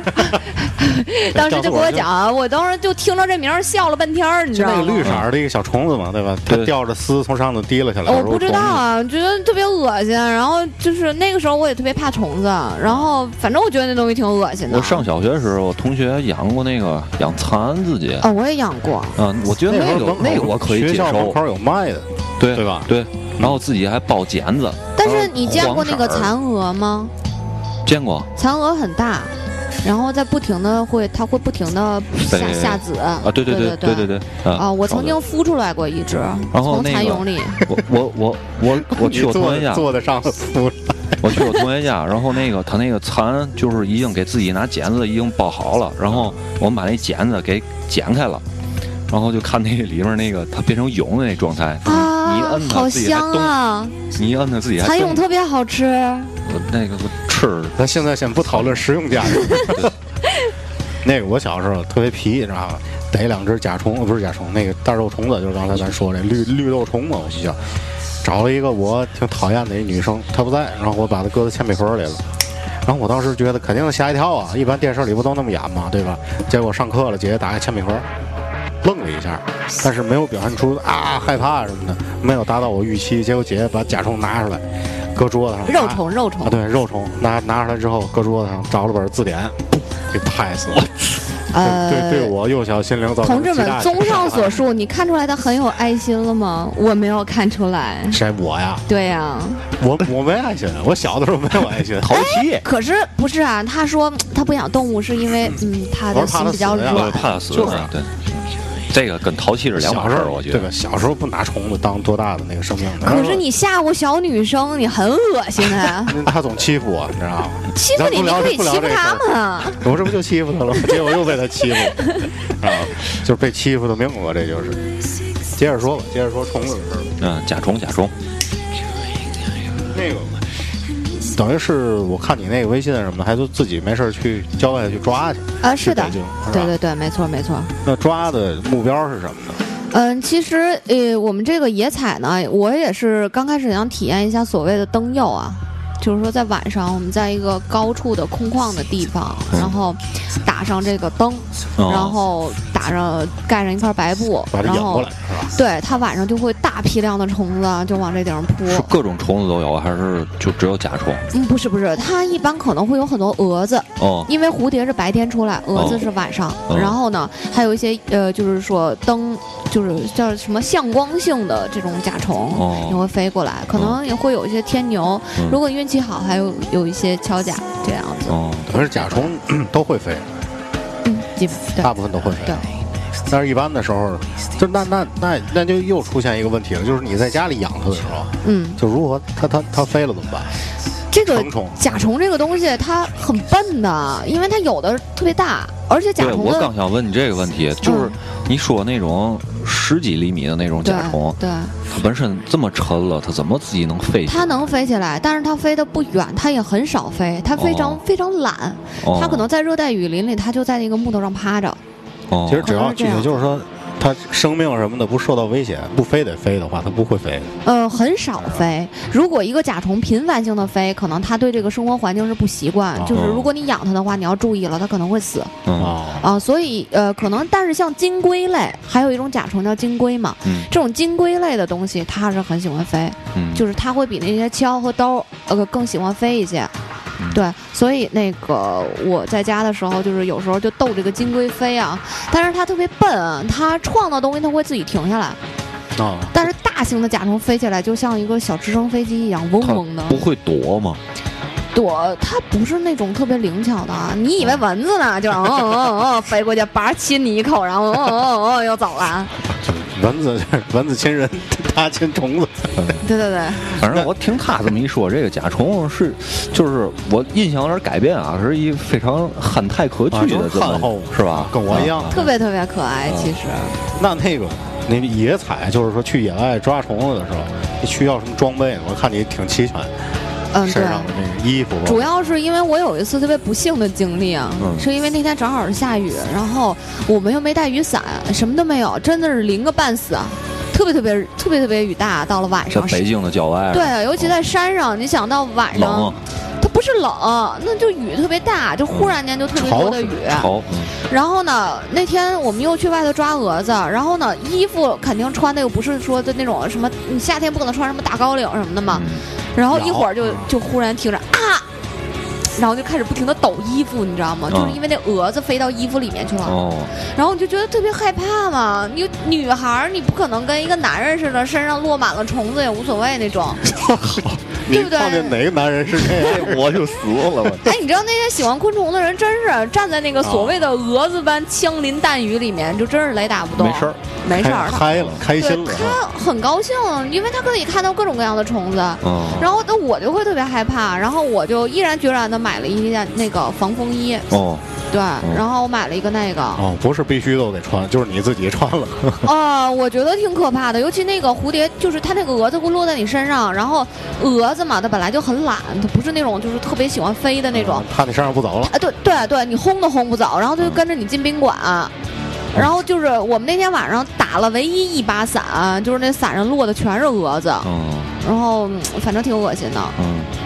D: 当时就给我讲，我当时就听着这名儿笑了半天儿，你知
B: 就那
D: 道
B: 个
D: 吗
B: 绿？色
C: 啊
B: 儿的一个小虫子嘛，对吧？它
C: 对
B: 吊着丝从上头提了下来。
D: 我不知道啊，觉得特别恶心。然后就是那个时候我也特别怕虫子，然后反正我觉得那东西挺恶心的。
C: 我上小学的时候，我同学养过那个养蚕自己，
D: 哦，我也养过，
C: 啊，我觉得
B: 那
C: 那
B: 时候
C: 个
B: 门口
C: 那个我可以
B: 学
C: 接
B: 校门
C: 受，
B: 口有卖的，
C: 对
B: 对吧
C: 对，然后自己还包剪子，
D: 但是你见过那个
C: 呃然后黄色儿
D: 蚕蛾吗？
C: 见过，
D: 蚕蛾很大，然后在不停的会，它会不停的下
C: 对
D: 下籽啊
C: 啊，对
D: 对
C: 对
D: 对
C: 对对。对
D: 啊，我曾经
C: 好
D: 孵出来过一只，
C: 然后
D: 从
C: 那
D: 蚕
C: 个
D: 蛹里。
C: 的我 我我我我去我同学
B: 坐
C: 家，
B: 坐在上头扶着，
C: 我去我同学家，然后那个他那个蚕就是已经给自己拿剪子已经包好了，然后我们把那剪子给剪开了，然后就看那里面那个它变成蛹的那状态，你一
D: 啊
C: 摁，它
D: 好
C: 自己还
D: 香
C: 动，
D: 啊！
C: 你一摁它自己还
D: 蚕
C: 动
D: 蛹特别好吃，
C: 我那个我 吃
B: 咱现在先不讨论实用价值。那个我小时候特别皮，你知道吗？逮两只甲虫，呃不是甲虫，那个大肉虫子，就是刚才咱说这绿绿豆虫嘛，我学校找了一个我挺讨厌的一女生，她不在，然后我把她搁到铅笔盒里了。然后我当时觉得肯定吓一跳啊，一般电视里不都那么演吗？对吧？结果上课了，姐姐打开铅笔盒，愣了一下，但是没有表现出啊害怕什么的，没有达到我预期。结果姐姐把甲虫拿出来，搁桌子上，
D: 肉
B: 拿
D: 虫肉虫
B: 啊，。对，肉虫拿拿出来之后，搁桌子上找了本字典，噗给拍死了。
D: 呃，
B: 对，对我幼小心灵造成
D: 同志
B: 极大
D: 们，
B: 的
D: 综上所
B: 伤
D: 述，你看出来他很有爱心了吗？我没有看出来
B: 害。。谁我呀？
D: 对呀、
B: 我我没爱心，啊我小的时候没有爱心。 哎
C: 淘气，
D: 可是不是啊？他说嗯他不养动物是因为，嗯，他
B: 我
D: 的
B: 是怕
D: 心
B: 它
D: 比较
B: 死呀
C: 我
D: 软。
C: 怕死
B: 就是啊
C: 对，这个跟淘气是两
B: 小
C: 码
B: 时
C: 事
B: 候
C: 儿，我觉
B: 对
C: 得
B: 吧？。小时候不拿虫子当多大的那个生命。
D: 可是你吓唬小女生，你很恶心啊！
B: 他总欺负我，你知道吗？
D: 欺负
B: 咱不
D: 你，你
B: 聊
D: 可以
B: 不聊
D: 欺负
B: 这事
D: 他
B: 儿
D: 们 啊！
B: 我这不就欺负他了吗？ 结果又被他欺负了，啊，就是被欺负的命我这就是。接着说吧，接着说虫子的事儿吧。
C: 嗯，甲虫甲虫，
B: 那个，等于是我看你那个微信什么的，还都自己没事儿去郊外去抓去。
D: 啊，是的
B: 北京，是吧
D: 对对对，没错没错。
B: 那抓的目标是什么呢？
D: 嗯，其实呃，我们这个野采呢，我也是刚开始想体验一下所谓的灯诱啊，就是说在晚上我们在一个高处的空旷的地方，
B: 嗯
D: 然后打上这个灯，
C: 哦
D: 然后打上盖上一块白布，
B: 把它
D: 然
B: 引过
D: 后
B: 来是吧？
D: 对它晚上就会大批量的虫子啊就往这顶上扑。
C: 是各种虫子都有，还是就只有甲虫？
D: 嗯，不是不是，它一般可能会有很多蛾子，
C: 哦，
D: 因为蝴蝶是白天出来，蛾子是晚上。
C: 哦
D: 然后呢，还有一些呃，就是说灯，就是叫什么向光性的这种甲虫
C: 哦
D: 也会飞过来，可能也会有一些天牛。
C: 嗯
D: 如果运气好，还有有一些锹甲这样子。
C: 哦，
B: 可是甲虫 咳都会飞，
D: 嗯，基本对
B: 大部分都会飞
D: 对。
B: 但是一般的时候，就那那那那就又出现一个问题了，就是你在家里养它的时候，
D: 嗯，
B: 就如何它它它飞了怎么办？
D: 这个
B: 成虫
D: 甲虫这个东西它很笨的，因为它有的特别大，而且甲
C: 对，
D: 虫
C: 我
D: 的
C: 刚想问你这个问题，就是
D: 嗯
C: 你说那种十几厘米的那种
D: 对
C: 甲虫，
D: 对。
C: 它本身这么沉了，它怎么自己能飞起来？
D: 它能飞起来，但是它飞得不远，它也很少飞，它非常、
C: 哦
D: 非常懒，
C: 哦
D: 它可能在热带雨林里，它就在那个木头上趴着。
C: 哦
B: 其实只要
D: 可能是这样
B: 也就是说，它生命什么的不受到威胁，不非得飞的话，它不会飞的。
D: 呃，很少飞。如果一个甲虫频繁性的飞，可能它对这个生活环境是不习惯。
B: 哦
D: 就是如果你养它的话，你要注意了，它可能会死
C: 嗯
B: 啊，
D: 啊、所以呃，可能但是像金龟类，还有一种甲虫叫金龟嘛，
C: 嗯
D: 这种金龟类的东西，它是很喜欢飞，
C: 嗯，
D: 就是是它会比那些锹和刀呃更喜欢飞一些。
C: 嗯
D: 对，所以那个我在家的时候，就是有时候就逗这个金龟飞啊，但是它特别笨，它撞到东西它会自己停下来。
B: 啊，
D: 但是大型的甲虫飞起来就像一个小直升飞机一样，嗡
C: 它
D: 嗡的
C: 不会躲吗？
D: 躲，它不是那种特别灵巧的啊。你以为蚊子呢？就是 嗯嗯嗯嗯飞过去，叭亲你一口，然后嗯嗯嗯嗯又走了。
B: 蚊子蚊子亲人， 它亲虫子。
D: 对对对，
C: 反正我听他这么一说，这个甲虫是，就是我印象有点改变啊，是一非常憨态可
B: 啊
C: 掬
B: 就是
C: 的这
B: 憨厚
C: 么是吧？
B: 跟我一样
C: 啊
D: 特别特别可爱，
C: 嗯
D: 其实。
B: 那那个那野采，就是说去野外抓虫子的时候，你需要什么装备？我看你挺齐全，
D: 嗯，对
B: 身。上的那个衣服吧。啊
D: 主要是因为我有一次特别不幸的经历啊，
C: 嗯
D: 是因为那天正好是下雨，然后我们又没带雨伞，什么都没有，真的是淋个半死，啊，特别特别特别特别雨大，到了晚
C: 在
D: 上
C: 北京的郊外，
D: 对，尤其在山上，你想到晚
C: 冷
D: 上
C: 啊，
D: 它不是冷，那就雨特别大，就忽然间就特别多的雨。
C: 潮，嗯
D: 然后呢，那天我们又去外头抓蛾子，然后呢，衣服肯定穿的又不是说的那种什么，你夏天不可能穿什么大高领什么的嘛。
C: 嗯
D: 然后一会儿就就忽然听着啊，然后就开始不停的抖衣服，你知道吗？就是
C: 嗯
D: 因为那蛾子飞到衣服里面去了。
C: 哦，
D: 然后你就觉得特别害怕嘛。你女孩儿，你不可能跟一个男人似的，身上落满了虫子也无所谓那种。
B: 你
D: 对不对
B: 碰见哪个男人是这样？
C: 我就死了，我
D: 哎，你知道那些喜欢昆虫的人，真是站在那个所谓的
B: 哦
D: 蛾子般枪林弹雨里面，就真是雷打不动。
C: 没事儿，
D: 没事
B: 嗨
D: 儿，他
B: 嗨了，开心
D: 对
B: 了。
D: 他很高兴，因为他可以看到各种各样的虫子。
C: 嗯，
D: 然后，那我就会特别害怕，然后我就毅然决然的买了一件那个防风衣，
C: 哦，
D: 对，然后我买了一个那个，
B: 哦，不是必须都得穿，就是你自己穿了。
D: 啊，我觉得挺可怕的，尤其那个蝴蝶，就是它那个蛾子会落在你身上，然后蛾子嘛，它本来就很懒，它不是那种就是特别喜欢飞的那种，
B: 怕你身上不走了。
D: 啊，对对对，你轰都轰不走，然后它就跟着你进宾馆。然后就是我们那天晚上打了唯一一把伞，就是那伞上落的全是蛾子，
B: 哦
C: 嗯
D: 然后嗯反正挺恶心的。
C: 嗯，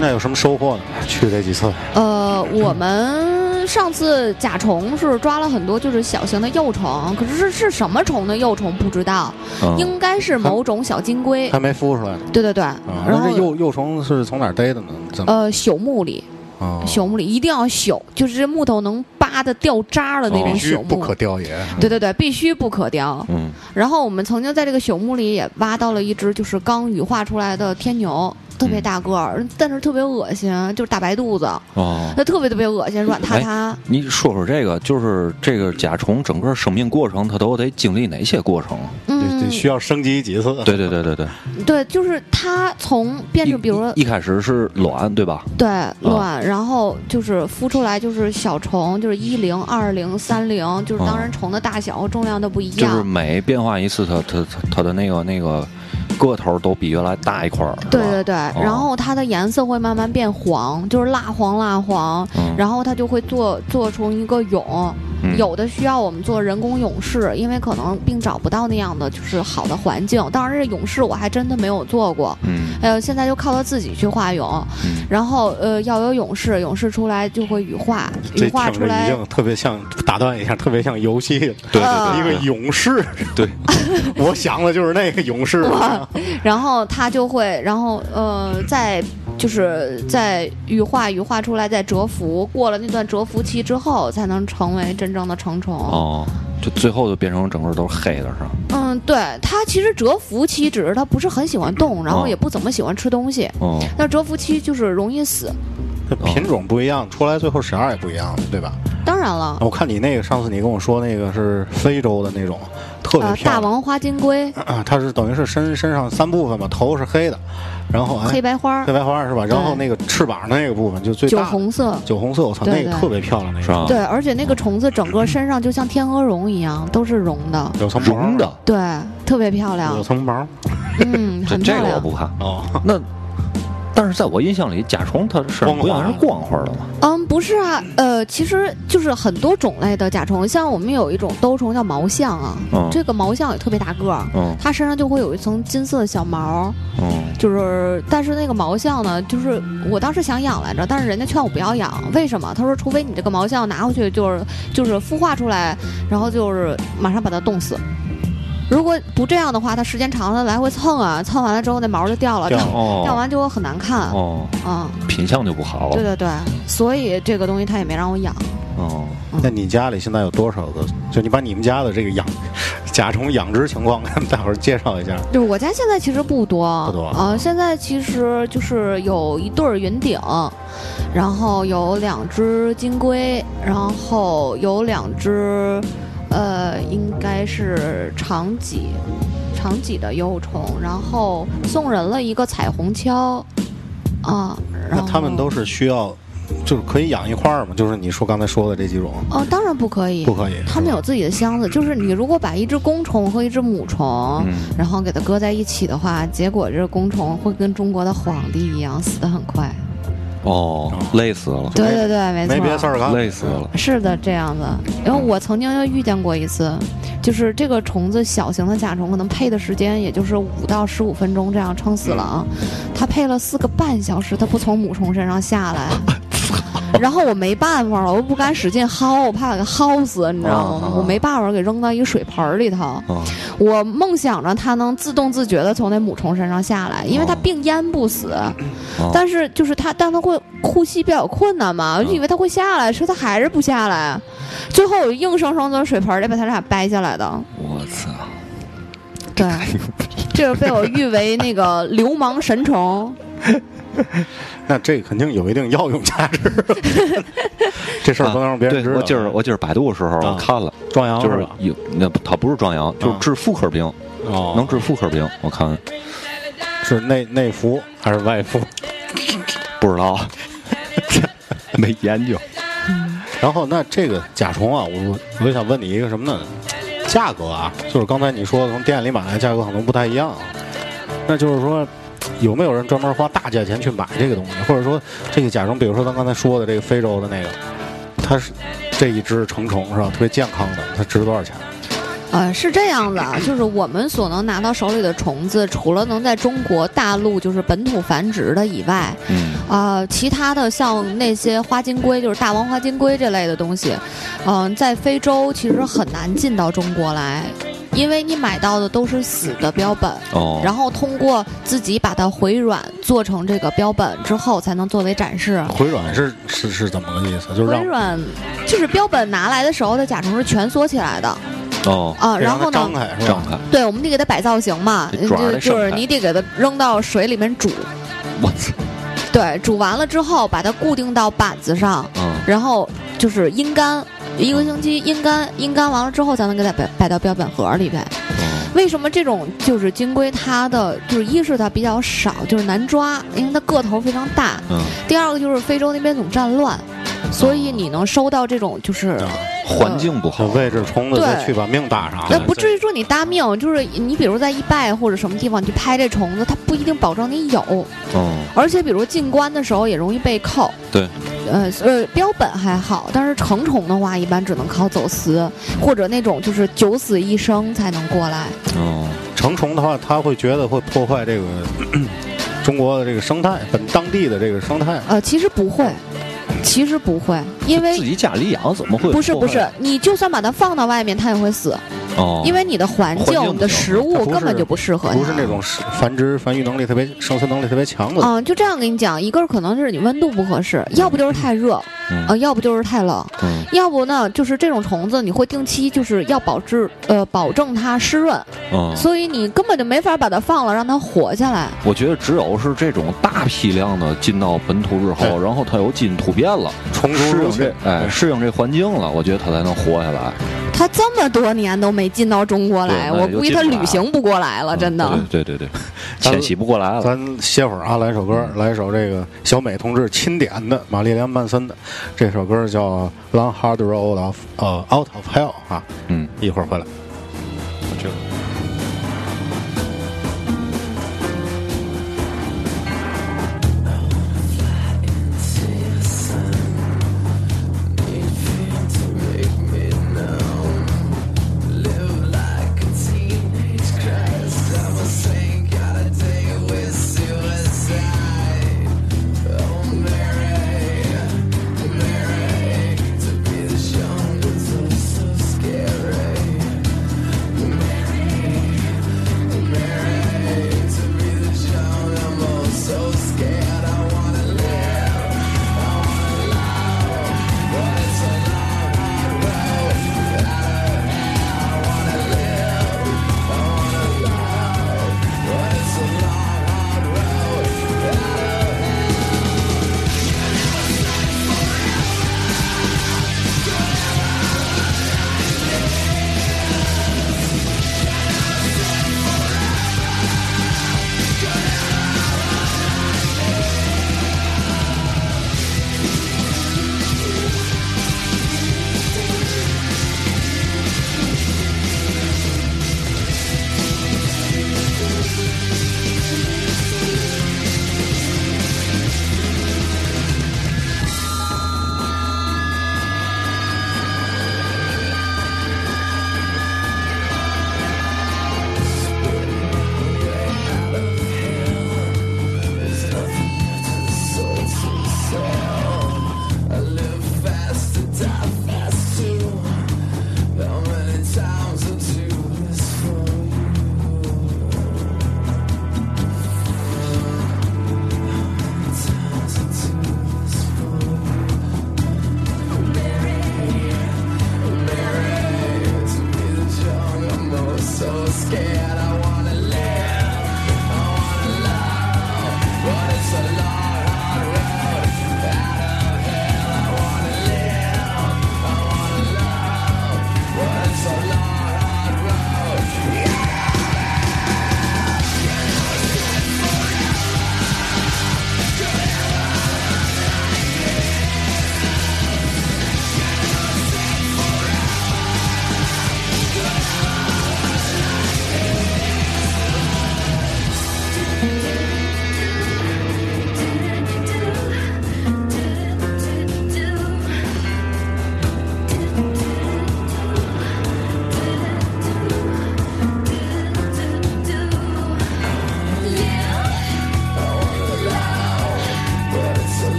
B: 那有什么收获呢？去这几次，
D: 呃，我们上次甲虫是抓了很多就是小型的幼虫，可是是是什么虫的幼虫不知道，
B: 哦
C: 嗯
D: 应该是某种小金龟。
B: 还没孵出来呢。
D: 对对对，
B: 啊，
D: 然
B: 那
D: 后
B: 这幼幼虫是从哪儿逮的呢？怎么？
D: 呃朽木里，
B: 哦
D: 朽木里一定要朽，就是这木头能扒的掉渣了那
C: 哦
D: 种
B: 必须
D: 朽
B: 不
D: 木。
B: 可雕也。
D: 对对对，必须不可雕。
C: 嗯，
D: 然后我们曾经在这个朽木里也挖到了一只，就是刚羽化出来的天牛，特
C: 嗯
D: 别大个儿，但是特别恶心，就是大白肚子，
C: 哦，
D: 它特别特别恶心，软塌塌。
C: 你说说这个，就是这个甲虫整个生命过程，它都得经历哪些过程？
B: 得
D: 嗯
B: 得，需要升级几次。
C: 对对对对对，
D: 对，就是它从变成，
C: 一
D: 比如说
C: 一一啊开始是卵，对吧？
D: 对卵，然后就是孵出来就是小虫，就是一零、二零、三零，就是当
C: 哦
D: 然虫的大小和重量都不一
C: 就
D: 样。
C: 是每变化一次，它它它它的那个那个个头都比原来大一块儿，是吧
D: 对对对，
C: 啊
D: 然后它的颜色会慢慢变黄，就是蜡黄蜡黄，
C: 嗯
D: 然后它就会做做成一个蛹，
C: 嗯
D: 有的需要我们做人工勇士，因为可能并找不到那样的就是好的环境。当然，这勇士我还真的没有做过。
C: 嗯
D: 呃，现在就靠他自己去化蛹，
C: 嗯
D: 然后呃要有勇士，勇士出来就会羽化，羽
B: 这
D: 化
B: 听
D: 出
B: 着已
D: 来
B: 经特别像，打断一下，特别像游戏，
C: 对
D: 呃
B: 一个勇士。
C: 对，
B: 我想的就是那个勇士。啊
D: 然后它就会，然后呃，再就是在羽化羽化出来，再蛰伏，过了那段蛰伏期之后，才能成为真正的成虫。
C: 哦，就最后就变成整个都是黑的是吧？
D: 嗯，对，它其实蛰伏期只是它不是很喜欢动，然后
C: 哦
D: 也不怎么喜欢吃东西。
C: 哦，
D: 那蛰伏期就是容易死。
B: 这品种不一样，出来最后色儿也不一样，对吧？
D: 当然了，
B: 啊我看你那个上次你跟我说那个是非洲的啊那种，特别
D: 呃，
B: 漂
D: 大
B: 亮。
D: 王花金龟、
B: 啊它是等于是身身上三部分嘛，头是黑的，然后哎
D: 黑白花
B: 黑、白花是吧？然后
D: 对
B: 那个翅膀的那个部分就最
D: 酒
B: 大的
D: 红色。
B: 酒红色，我操，
D: 对
B: 那个
D: 对
B: 特别漂亮，那个
C: 是啊吧？
D: 对，而且那个虫子整个身上就像天鹅绒一样，都是绒的，
B: 有层毛
C: 绒的，
D: 对，特别漂亮
B: 有，层毛
D: 嗯，
C: 这
D: 很
C: 这
D: 漂
C: 个我
D: 亮。
C: 不看。
B: 哦。
C: 那，但是在我印象里，甲虫它是
B: 光
C: 不
B: 滑
C: 像是光滑的嘛？
D: 嗯，不是啊，呃，其实就是很多种类的甲虫，像我们有一种兜虫叫毛象啊，
C: 嗯
D: 这个毛象也特别大个儿，
C: 嗯
D: 它身上就会有一层金色的小毛，
C: 嗯
D: 就是，但是那个毛象呢，就是我当时想养来着，但是人家劝我不要养，为什么？他说，除非你这个毛象拿回去就是就是孵化出来，然后就是马上把它冻死。如果不这样的话，它时间长了来回蹭啊，蹭完了之后那毛就掉了，
B: 掉
D: 掉
B: 了
D: 掉
C: 哦
D: 完就会很难看。
C: 哦，
D: 嗯，
C: 品相就不好
D: 对
C: 了。
D: 对对，所以这个东西他也没让我养。
C: 哦，
B: 那你家里现在有多少个？就你把你们家的这个养甲虫养殖情况 跟大伙儿介绍一下。
D: 就是我家现在其实不多，
B: 不多
D: 呃，现在其实就是有一对儿云顶，然后有两只金龟，然后有两只，呃，应该是长脊，长脊的幼虫，然后送人了一个彩虹锹，啊、然
B: 那
D: 后
B: 他们都是需要，就是可以养一块儿吗？就是你说刚才说的这几种，
D: 哦，当然不可以，
B: 不可以
D: 他们有自己的箱子，就是你如果把一只公虫和一只母虫，
C: 嗯
D: 然后给它搁在一起的话，结果这公虫会跟中国的皇帝一样死得很快。
C: 哦，累死了，
D: 对对对，没错，
B: 没别的事儿干，
C: 累死了。
D: 是的，这样子。因为我曾经就遇见过一次，就是这个虫子，小型的甲虫可能配的时间也就是五到十五分钟，这样撑死了啊。
B: 嗯
D: 它配了四个半小时，它不从母虫身上下来。 然后我没办法了，我又不敢使劲薅，我怕给它薅死，你知道
C: 啊啊？
D: 吗我没办法给扔到一个水盆儿里头。
C: 嗯
D: 我梦想着它能自动自觉的从那母虫身上下来，因为它
C: 哦
D: 并淹不死。
C: 哦
D: 但是就是它，但它会呼吸比较困难嘛，我就以为它会下来，说它还是不下来。最后我硬生生从水盆里把它俩掰下 来的。
C: 我操！
D: 对，这个被我誉为那个流氓神虫。
B: 那这肯定有一定药用价值。 这事儿不能让别人
C: 啊对
B: 知道。
C: 我今儿我今儿百度的时候
B: 啊
C: 我看了，
B: 壮阳
C: 就是
B: 吧
C: 有那它不是壮阳，就是
B: 啊
C: 治妇科病，
B: 哦，
C: 能治妇科病。我看
B: 是内内服还是外服？
C: 不 知道，没研究。
B: 然后那这个甲虫啊，我我就想问你一个什么呢？价格啊，就是刚才你说的从店里买的价格可能不太一样，啊那就是说。有没有人专门花大价钱去买这个东西，或者说这个甲虫，比如说咱刚才说的这个非洲的那个，它是这一只成虫是吧？特别健康的，它值多少钱？
D: 呃，是这样子啊，就是我们所能拿到手里的虫子，除了能在中国大陆就是本土繁殖的以外，
C: 嗯
D: 呃，其他的像那些花金龟，就是大王花金龟这类的东西，嗯、在非洲其实很难进到中国来，因为你买到的都是死的标本，
C: 哦，
D: 然后通过自己把它回软做成这个标本之后，才能作为展示。
B: 回软是是是怎么个意思？就是
D: 回
B: 让
D: 软就是标本拿来的时候，的甲虫是蜷缩起来的
C: 哦，
D: 啊、然
B: 让它
D: 后呢
B: 张，开是吧？
C: 张开，
D: 对，我们得给它摆造型嘛，
C: 得爪儿
D: 就
C: 得
D: 就是
C: 盛开
D: 你得给它扔到水里面煮，
C: 我操，
D: 对，煮完了之后把它固定到板子上，
C: 嗯
D: 然后就是阴干，一个星期阴干，阴干完了之后才能给它摆摆到标本盒里边。
C: 嗯
D: 为什么这种就是金龟它的就是一是它比较少，就是难抓，因为它个头非常大；
C: 嗯，
D: 第二个就是非洲那边总战乱，所以你能收到这种就是。
C: 啊环境不好
B: 这，位置虫子
D: 对
B: 再去把命搭上
D: 那
B: 了，
D: 不至于说你搭命，就是你比如在一拜或者什么地方你去拍这虫子，它不一定保证你有，
B: 呃
C: 嗯
D: 而且比如进关的时候也容易被扣。
C: 对，
D: 呃呃标本还好，但是成虫的话一般只能靠走私或者那种就是九死一生才能过来。
C: 嗯，
B: 成虫的话，它会觉得会破坏这个 咳咳中国的这个生态，本当地的这个生态。
D: 呃，其实不会，其实不会，因为
C: 自己家里养怎么会
D: 不是不
C: 破
D: 是
C: 坏，
D: 你就算把它放到外面，它也会死，
C: 哦，
D: 因为你的环
C: 环
D: 境、
C: 境
D: 你
C: 不
D: 的
C: 行
D: 食
B: 它
D: 物
B: 不
D: 根本
B: 是
D: 就不适合它。
B: 不是那种是繁殖繁育能力特别、生存能力特别强的。
D: 嗯，就这样跟你讲，一个是可能是你温度不合适，要不就是太热，
C: 嗯
D: 呃，要不就是太冷，
C: 嗯
D: 要不呢就是这种虫子你会定期就是要保质呃保证它湿润，
C: 嗯，
D: 所以你根本就没法把它放了让它活下来。
C: 我觉得只有是这种大批量的进到本土之后，
B: 对
C: 然后它有基因突变了，
B: 虫族
C: 适
B: 入
C: 应
B: 侵
C: 这，哎适应这环境了，我觉得它才能活下
D: 啊
C: 来。
D: 它这么多年都没进到中国来，
C: 对
D: 我
C: 那就
D: 估计
C: 进
D: 它
C: 不来
D: 旅行不过来了，真的。啊
C: 嗯对对对对，迁徙不过来了。
B: 咱歇会儿啊，来一首歌，来一首这个小美同志钦点的玛丽莲·曼森的这首歌叫《Long Hard Road of 呃 Out of Hell》啊，
C: 嗯，
B: 一会儿回来。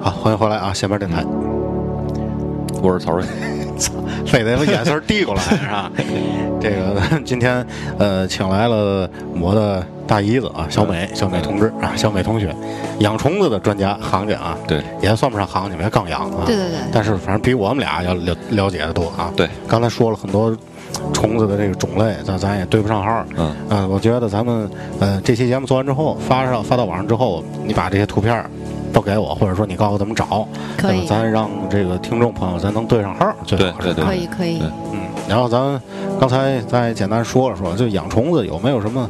B: 好，欢迎回来啊！下面电台。
C: 我是曹睿，
B: 非得把眼神递过来是吧？ 这个 今天呃，请来了我的大姨子啊，小美，
C: 嗯
B: 小美同志啊，小美同学，养虫子的专家行家啊，
C: 对
B: 也算不上行家，也杠养啊，
D: 对对对
B: 但是反正比我们俩要了了解的多啊。
C: 对
B: 刚才说了很多虫子的这个种类，咱咱也对不上号。
C: 嗯
B: 呃我觉得咱们呃这期节目做完之后，发上发到网上之后，你把这些图片儿都给我，或者说你告诉我怎么找，
D: 可以
B: 呃咱让这个听众朋友咱能对上号，最好
C: 对
B: 是
C: 对
B: 吧
D: 可以可以
C: 对，
B: 嗯，然后咱刚才再简单说了说，就养虫子有没有什么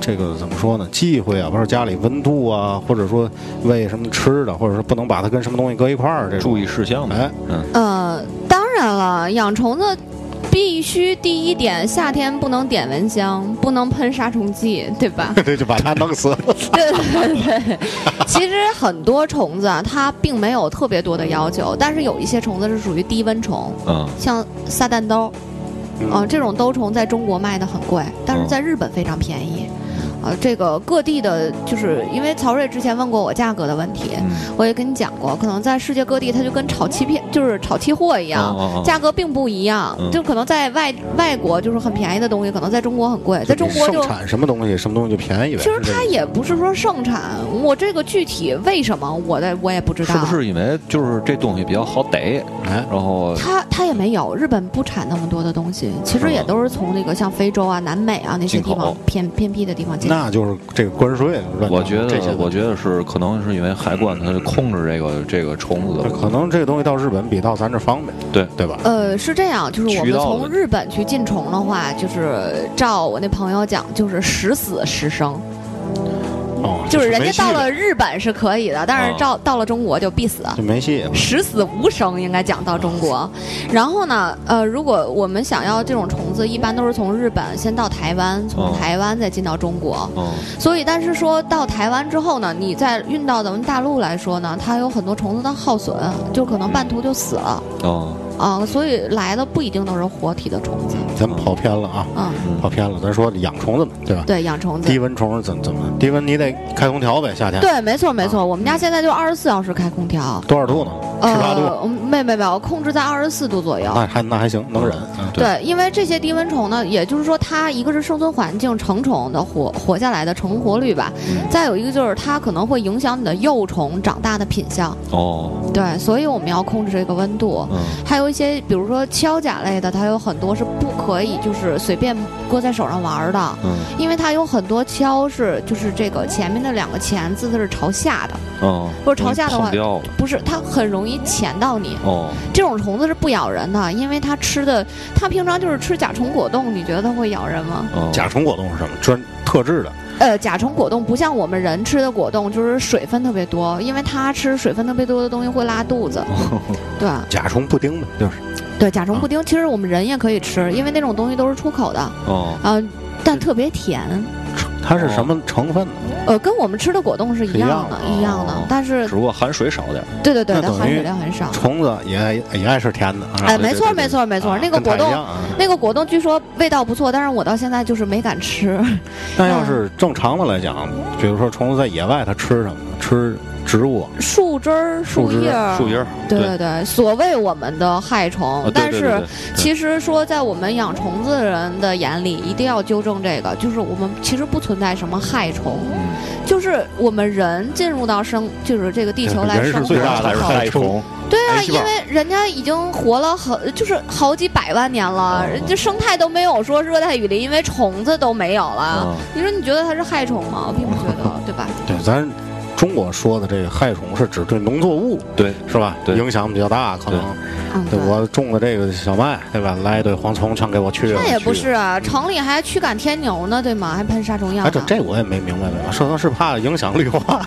B: 这个怎么说呢？忌讳啊，或者家里温度啊，或者说喂什么吃的，或者说不能把它跟什么东西搁一块儿，这种
C: 注意事项嘛
B: 哎，
C: 嗯，
D: 呃，当然了，呃养虫子必须第一点，夏天不能点蚊香，不能喷杀虫剂，对吧？
B: 这就把它弄死了。
D: 对 对对，其实很多虫子啊，它并没有特别多的要求，但是有一些虫子是属于低温虫，
C: 嗯，
D: 像撒旦兜，啊、这种兜虫在中国卖的很贵，但
C: 嗯
D: 是在日本非常便宜。啊、这个各地的，就是因为曹睿之前问过我价格的问题，
C: 嗯
D: 我也跟你讲过，可能在世界各地它就跟炒期片，就是炒期货一
C: 哦
D: 样，
C: 哦哦
D: 价格并不一样，
C: 嗯
D: 就可能在外外国就是很便宜的东西，可能在中国很贵，在中国
B: 嗯
D: 就
B: 盛产什么东西，什么东西就便宜呗。
D: 其实
B: 是这
D: 它
B: 个
D: 也不是说盛产，我这个具体为什么我的我也不知道。
C: 是不是因为就是这东西比较好逮，
B: 哎，
C: 然后
D: 它它也没有，日本不产那么多的东西，其实也都是从那个像非洲啊、南美啊那些
C: 进
D: 地
C: 口
D: 方偏偏僻的地方进。
B: 那就是这个关税乱搞
C: 我觉
B: 这些东
C: 得
B: 西
C: 我觉得是可能是因为海关它控制这个这个虫子的
B: 可能这个东西到日本比到咱这方便，
C: 对
B: 对吧？
D: 呃，是这样，就是我
C: 渠
D: 们
C: 道的
D: 从
C: 问题
D: 日本去进虫的话，就是照我那朋友讲，就是十死十生，
B: 哦，
D: 就是人
B: 没
D: 家
B: 戏
D: 到了日本是可以的，但
C: 啊
D: 是照到了中国就必死。
B: 就没戏了。
D: 十死无生，应该讲到中国。然后呢，呃，如果我们想要这种虫子，一般都是从日本先到台湾，从
C: 哦
D: 台湾再进到中国。
C: 嗯
D: 所以，但是说到台湾之后呢，你再运到咱们大陆来说呢，它有很多虫子的耗损，就可能半途就死了
C: 哦，
D: 啊、所以来的不一定都是活体的虫子，
B: 咱们跑偏了啊，
D: 嗯，
B: 跑偏了。咱说养虫子嘛，对吧？
D: 对，养虫
B: 低
D: 子。
B: 温虫怎么怎么？低温你得开空调呗，夏天。
D: 对，没错没错，我们家现在就二十四小时开空调，
B: 多少度呢？十八度，啊
D: 呃，我们没没没，我控制在二十四度左右。
B: 那还那还行，能忍。嗯
C: 对
D: 对，因为这些低温虫呢，也就是说，它一个是生存环境成虫的活活下来的成活率吧，
B: 嗯
D: 再有一个就是它可能会影响你的幼虫长大的品相。
C: 哦，
D: 对，所以我们要控制这个温度。
C: 嗯
D: 还有一些，比如说锹甲类的，它有很多是不可以就是随便搁在手上玩儿的，
C: 嗯
D: 因为它有很多锹是就是这个前面的两个钳子它是朝下的，
C: 嗯，
D: 或者朝下的话
C: 碰掉了
D: 不是它很容易钳到你。
C: 哦，
D: 这种虫子是不咬人的，因为它吃的，它平常就是吃甲虫果冻，你觉得它会咬人吗？
C: 哦
B: 甲虫果冻是什么？专特制的，
D: 呃，甲虫果冻不像我们人吃的果冻，就是水分特别多，因为它吃水分特别多的东西会拉肚 子。对啊
B: 甲虫布丁呗，就是
D: 对，甲虫布丁其实我们人也可以吃，因为那种东西都是出口的，
C: 哦
D: 啊，但特别甜，
B: 它是什么成分呢？
D: 呃，跟我们吃的果冻是一样的，
B: 是
C: 一样的
D: 一样
C: 哦
D: 的，但是嗯
C: 只不过含水少点儿，
D: 对对对，
B: 那
D: 它
B: 等于
D: 含水量很少。
B: 虫子也也爱吃甜的啊
D: 哎，
C: 对
D: 没
C: 对
D: 错
C: 对
D: 没错没错，
B: 啊
D: 那个
B: 跟它
D: 果
B: 一
D: 冻
B: 样。啊
D: 那个果冻据说味道不错，但是我到现在就是没敢吃。
B: 那要是正常的来讲，比如说虫子在野外，它吃什么呢？吃植物，
D: 树枝儿、
B: 树
D: 树
B: 枝
D: 叶儿，
C: 树叶儿
D: 对对对，所谓我们的害
C: 啊，
D: 虫
C: 对
D: 嗯但
C: 对
D: 是
C: 对
D: 其实说在我们养虫子的人的眼里，一定要纠正这个，就是我们其实不存在什么害虫，
C: 嗯
D: 就是我们人进入到生，就是这个地球来
B: 人
D: 生
B: 是
D: 活
B: 最大
D: 的
B: 的
D: 时候，
B: 害虫。
D: 对啊，
B: 癌细胞
D: 因为人家已经活了好，就是好几百万年了，
B: 哦
C: 嗯
D: 人家生态都没有说热带雨林，因为虫子都没有了
C: 嗯。
D: 你说你觉得它是害虫吗？我并不觉得，对吧？
B: 哦对，咱中国说的这个害虫是指对农作物
C: 对，
B: 是吧？
C: 对
B: 影响比较大，可能
D: 嗯，
B: 对我种的这个小麦，对吧？来一堆蝗虫全给我去了。
D: 那也
B: 去
D: 不
B: 了
D: 是啊，城里还驱赶天牛呢，对吗？还喷杀虫药
B: 哎，这
D: 呢。
B: 这我也没明白明白，说他是怕影响绿 化，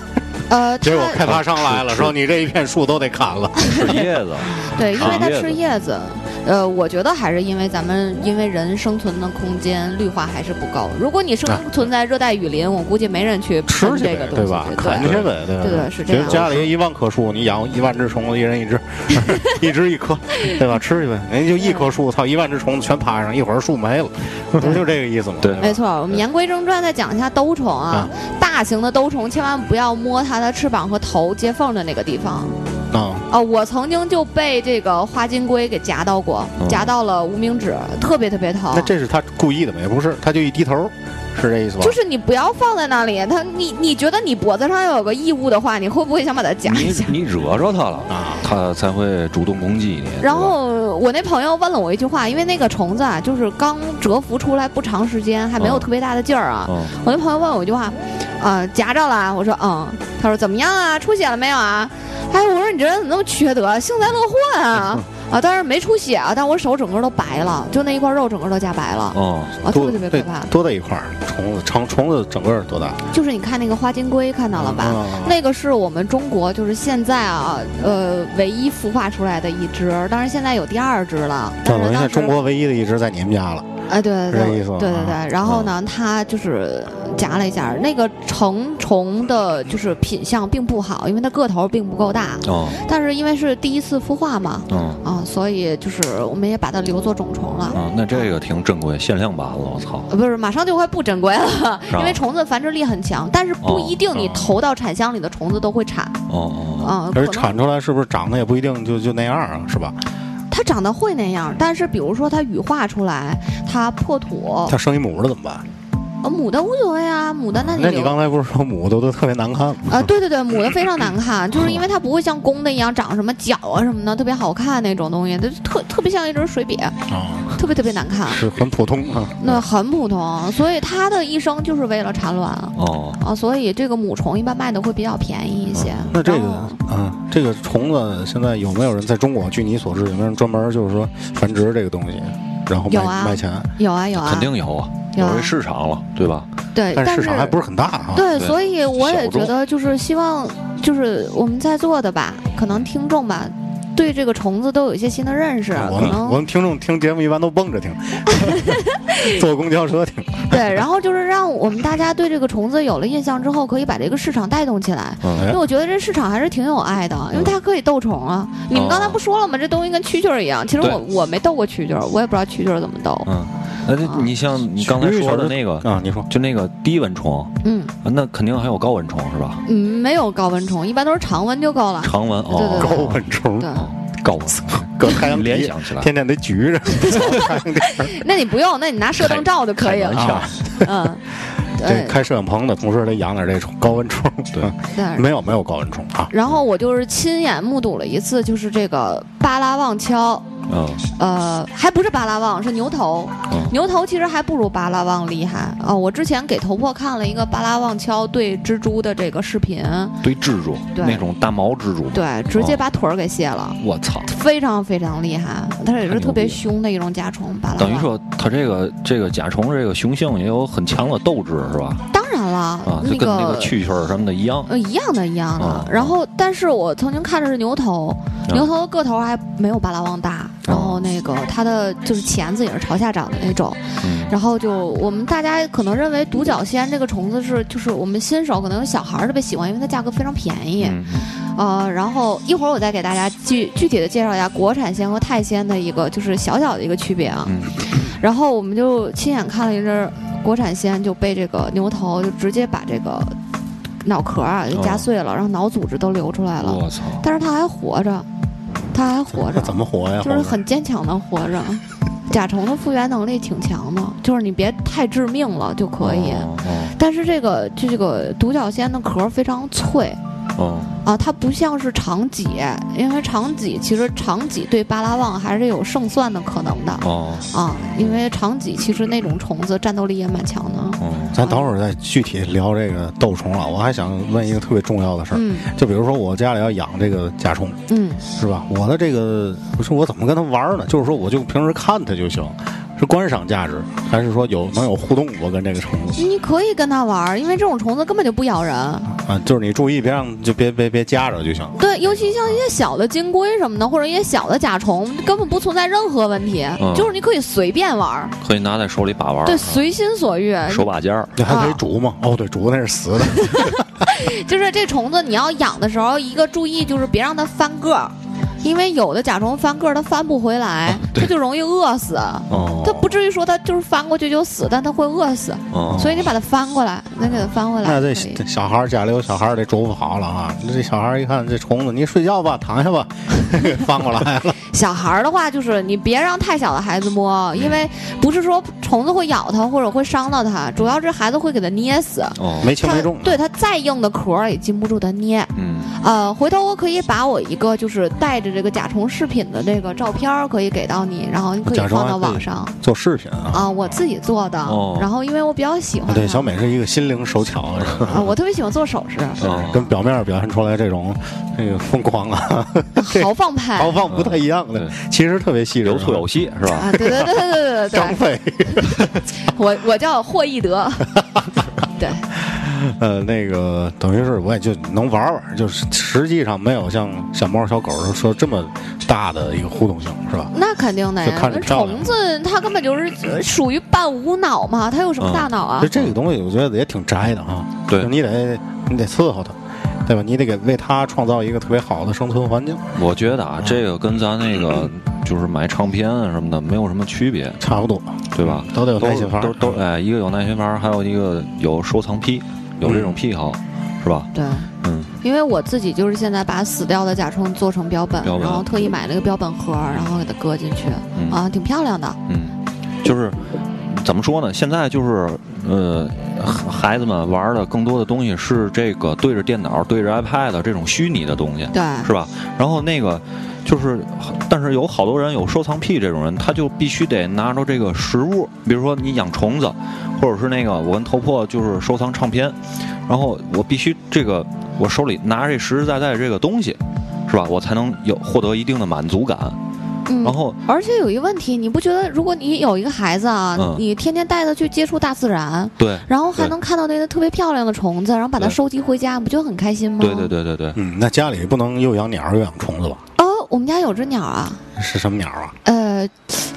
D: 呃，
B: 结果
D: 它
B: 开发商来了，
C: 啊是是
B: 说你这一片树都得砍了。
C: 嗯是叶 子，
D: 对，因为它
C: 叶
D: 吃
C: 子
D: 叶子。呃，我觉得还是因为咱们因为人生存的空间绿化还是不够。如果你生
B: 啊
D: 存在热带雨林，我估计没人去
B: 吃
D: 喷
B: 去
D: 这
B: 呗
D: 个，东
B: 对
D: 西
B: 吧
D: 去，？
B: 砍去呗，对吧？
D: 对对是这
B: 比
D: 样
B: 如家里一万棵树，你养一万只虫子，一人一 只，一只一棵，对吧？吃去呗，人家就一棵树，操，一万只虫子全爬上，一会儿树没了，不就这个意思吗？
C: 对
B: 吧
D: 没错，我们言归正传，再讲一下兜虫啊。
B: 啊
D: 大型的兜虫千万不要摸它的翅膀和头接缝的那个地方，
B: 啊，
D: 哦，我曾经就被这个花金龟给夹到过，
C: 嗯
D: 夹到了无名指，特别特别疼。
B: 哦那这是他故意的吗？也不是，他就一低头，是这意思吧？
D: 就是你不要放在那里，它你你觉得你脖子上有个异物的话，你会不会想把它夹一
C: 你
D: 下？
C: 你惹着他了
B: 啊
C: 他才会主动攻击你。
D: 然后我那朋友问了我一句话，因为那个虫子啊，就是刚蛰伏出来不长时间，还没
B: 哦
D: 有
C: 嗯
D: 特别大的劲儿啊
C: 对。吧，嗯
D: 我那朋友问我一句话，啊、夹着了啊？我说嗯。他说怎么样啊？出血了没有啊？哎，我说你这人怎么那么缺德，幸灾乐 祸啊？啊，当然没出血啊，但我手整个都白了，就那一块肉整个都夹白了
C: 嗯，哦，
D: 啊，特
B: 多
D: 别特别可
B: 对
D: 怕。
B: 多在一块儿，虫子长虫子整个儿多大？
D: 就是你看那个花金龟，看到了吧？
B: 啊
D: 那个是我们中国就是现在啊，呃，唯一孵化出来的一只，当然现在有第二只了。
B: 那
D: 但
B: 啊我
D: 是
B: 现
D: 当
B: 在
D: 时
B: 中国唯一的一只在你们家了，
D: 哎，对对
B: 是这
D: 对
B: 意思吗，
D: 对对对。然后呢，它就是夹了一下，那个成虫的就是品相并不好，因为它个头并不够大，
C: 哦，
D: 但是因为是第一次孵化嘛，
C: 嗯。
D: 啊，所以就是我们也把它留作种虫了。
C: 啊，那这个挺珍贵，限量版了，我操！
D: 呃不是，马上就快不珍贵了，
C: 吧
D: 因为虫子繁殖力很强，但是不
C: 哦
D: 一定你
C: 哦
D: 投到产箱里的虫子都会产
C: 哦哦
D: 啊，可
B: 而
D: 能
B: 且产出来是不是长得也不一定就就那样啊，是吧？
D: 它长得会那样，但是比如说它羽化出来，它破土，
B: 它生一母的怎么办？
D: 呃母的无所谓啊，母的那你
B: 那你
D: 留
B: 刚才不是说母的都特别难看吗？
D: 啊，对对对，母的非常难看，就是因为它不会像公的一样长什么角啊什么的，特别好看那种东西，它就特特别像一只水瘪，
B: 啊，
D: 特别特别难看，
B: 是很普通啊。
D: 那很普通，所以它的一生就是为了产卵
C: 哦哦，
D: 啊，所以这个母虫一般卖的会比较便宜一些。
B: 嗯那这个
D: 然后
B: 啊，这个虫子现在有没有人在中国？据你所知，有没有人专门就是说繁殖这个东西，然后卖、
D: 有啊
B: 卖钱？
D: 有啊有啊，
C: 肯定有啊，
D: 有啊
C: 这市场了，对吧？
D: 对，
B: 但
D: 但
B: 市场还不是很大啊。
D: 对，
C: 对
D: 所以我也
C: 小
D: 觉
C: 众
D: 得就是希望，就是我们在座的吧，可能听众吧，对这个虫子都有一些新的认识，
B: 我
D: 可
B: 们我
D: 能
B: 们听众听节目一般都蹦着 听，坐公交车听。
D: 对，然后就是让我们大家对这个虫子有了印象之后，可以把这个市场带动起来。因
B: 哎
D: 为我觉得这市场还是挺有爱的，
C: 嗯
D: 因为它可以斗虫啊。你们刚
C: 哦
D: 才不说了吗？这东西跟蛐蛐儿一样。其实我我没斗过蛐蛐儿，我也不知道蛐蛐儿怎么斗。
C: 嗯，那这
D: 啊
C: 你像你刚才说的那个，
B: 啊，你说
C: 就那个低蚊虫，啊
D: 嗯
C: 那肯定还有高蚊虫是吧？
D: 嗯，没有高蚊虫，一般都是长蚊就够 了。
C: 长蚊
D: 对
C: 哦，
B: 高蚊虫，
D: 嗯对，
C: 高蚊，
B: 搁太阳底
C: 联想起来
B: 天天得举着。
D: 那你不用，那你拿射灯照就可以
C: 开玩
D: 了。
C: 笑
B: 啊，
D: 嗯，
B: 这
D: 对
B: 开摄影棚的同时得养点这种高蚊虫。
C: 对
D: 对。
B: 没有没有高蚊虫啊。
D: 然后我就是亲眼目睹了一次，就是这个巴拉望锹，
C: 嗯，
D: 呃，还不是巴拉望，是牛头。
C: 嗯
D: 牛头其实还不如巴拉望厉害啊、我之前给头破看了一个巴拉望锹对蜘蛛的这个视频，
C: 对蜘蛛
D: 对
C: 那种大毛蜘蛛，
D: 对，直接把腿儿给卸了，
C: 我操！
D: 非常非常厉害。它也是特别凶的一种甲虫，巴拉望。
C: 等于，说，它这个这个甲虫这个雄性也有很强的斗志，是吧？
D: 当然了，
C: 啊，就跟那个蛐蛐儿什么的一样。
D: 呃，一样的，一样的。
C: 哦
D: 然后，但是我曾经看的是牛头，
C: 嗯哦
D: 牛头的个头还没有巴拉望大，然后那个它的就是钳子也是朝下长的那种。
C: 嗯，
D: 然后就我们大家可能认为独角仙这个虫子是，就是我们新手可能有小孩儿特别喜欢，因为它价格非常便宜。
C: 嗯
D: 呃，然后一会儿我再给大家具具体的介绍一下国产仙和泰仙的一个就是小小的一个区别啊。
C: 嗯
D: 然后我们就亲眼看了一只国产仙就被这个牛头就直接把这个脑壳啊就夹
C: 哦
D: 碎了，然后脑组织都流出来了，
C: 我操！
D: 但是它还活着，它还活
B: 那
D: 着，
B: 怎么活呀？
D: 就是很坚强的活着。甲虫的复原能力挺强的，就是你别太致命了就可以。
C: 哦
D: 但是这个这个独角仙的壳非常脆，
C: 哦
D: 啊，它不像是长戟，因为长戟其实长戟对巴拉望还是有胜算的可能的
C: 哦
D: 啊，因为长戟其实那种虫子战斗力也蛮强的。
C: 哦，
B: 咱等会儿再具体聊这个斗虫啊。我还想问一个特别重要的事儿，
D: 嗯
B: 就比如说我家里要养这个甲虫，
D: 嗯，
B: 是吧？我的这个不是我怎么跟它玩儿呢？就是说我就平时看它就行，是观赏价值，还是说有能有互动？我跟这个虫子
D: 你可以跟它玩儿，因为这种虫子根本就不咬人。
B: 啊，就是你注意别让就别别别夹着就行。
D: 对，尤其像一些小的金龟什么的，或者一些小的甲虫，根本不存在任何问题，
C: 嗯
D: 就是你可以随便玩儿，
C: 可以拿在手里把玩儿，
D: 对，
C: 啊
D: 随心所欲。
C: 手把尖儿。
B: 你还可以煮吗？哦，对，煮那是 死的。
D: 就是这虫子，你要养的时候，一个注意就是别让它翻个儿。因为有的甲虫翻个儿它翻不回来，它就容易饿死。
C: 哦
D: 它不至于说它就是翻过去就死，但它会饿死。
C: 哦
D: 所以你把它翻过来，能给它翻回来。
B: 那这
D: 可以
B: 这小孩儿家里有小孩儿得嘱咐好了啊！这小孩儿一看这虫子，你睡觉吧，躺下吧， 翻过 来了。
D: 小孩儿的话，就是你别让太小的孩子摸，因为不是说虫子会咬它或者会伤到它，主要是孩子会给它捏死。
C: 哦，
B: 没轻
D: 它
B: 没重。
D: 对它再硬的壳儿也禁不住它捏。
C: 嗯，
D: 呃，回头我可以把我一个就是带着这个甲虫饰品的这个照片儿可以给到你，然后你可以
B: 甲虫
D: 放
B: 还
D: 到
B: 可以
D: 网上
B: 做饰品啊。
D: 啊、我自己做的。
C: 哦
D: 然后因为我比较喜欢它，
B: 对，小美是一个心灵手巧的人，
D: 啊、我特别喜欢 做首饰，
C: 哦
B: 跟表面表现出来这种这个疯狂啊，这
D: 豪放 派
B: 豪放不太一样的
C: 嗯，
B: 其实特别细致啊，
C: 有粗有细是吧？
D: 啊，对对对对 对对
B: 张
D: 对，
B: 飞。
D: 我我叫霍一 德，对。
B: 呃，那个等于是我也就能玩玩，就是实际上没有像小猫小狗说这么大的一个互动性，是吧？
D: 那肯定的
B: 就
D: 呀，
B: 看着
D: 那
B: 漂亮
D: 虫子它根本就是呃属于半无脑嘛，它有什么
C: 嗯
D: 大脑啊
B: 就？这个东西，我觉得也挺宅的啊。
C: 对
B: 就你得你得伺候它，对吧？你得给为它创造一个特别好的生存环境，
C: 我觉得啊，这个跟咱那个就是买唱片啊什么的没有什么区别，
B: 差不多，
C: 对吧？
B: 都得有耐心法。
C: 都都哎，一个有耐心房，还有一个有收藏癖，
B: 嗯
C: 有这种癖好，是吧？
D: 对，
C: 嗯，
D: 因为我自己就是现在把死掉的甲虫做成标本，
C: 标本
D: 然后特意买了个标本盒，然后给它搁进去，
C: 嗯
D: 啊，挺漂亮的。
C: 嗯，就是怎么说呢？现在就是呃，孩孩子们玩的更多的东西是这个对着电脑、对着 iPad 这种虚拟的东西，
D: 对，
C: 是吧？然后那个就是，但是有好多人有收藏癖这种人，他就必须得拿着这个实物，比如说你养虫子，或者是那个我跟头破就是收藏唱片，然后我必须这个我手里拿着这实实在在的这个东西，是吧？我才能有获得一定的满足感。
D: 嗯
C: 然。后
D: 而且有一个问题，你不觉得如果你有一个孩子啊，
C: 嗯
D: 你天天带他去接触大自然，
C: 对，
D: 然后还
C: 对
D: 能看到那些特别漂亮的虫子，然后把它
C: 对
D: 收集回家，不就很开心吗？
C: 对对。对对对，
B: 嗯，那家里不能又养鸟又养虫子吧？
D: 哦，我们家有只鸟啊，
B: 是什么鸟啊？
D: 呃，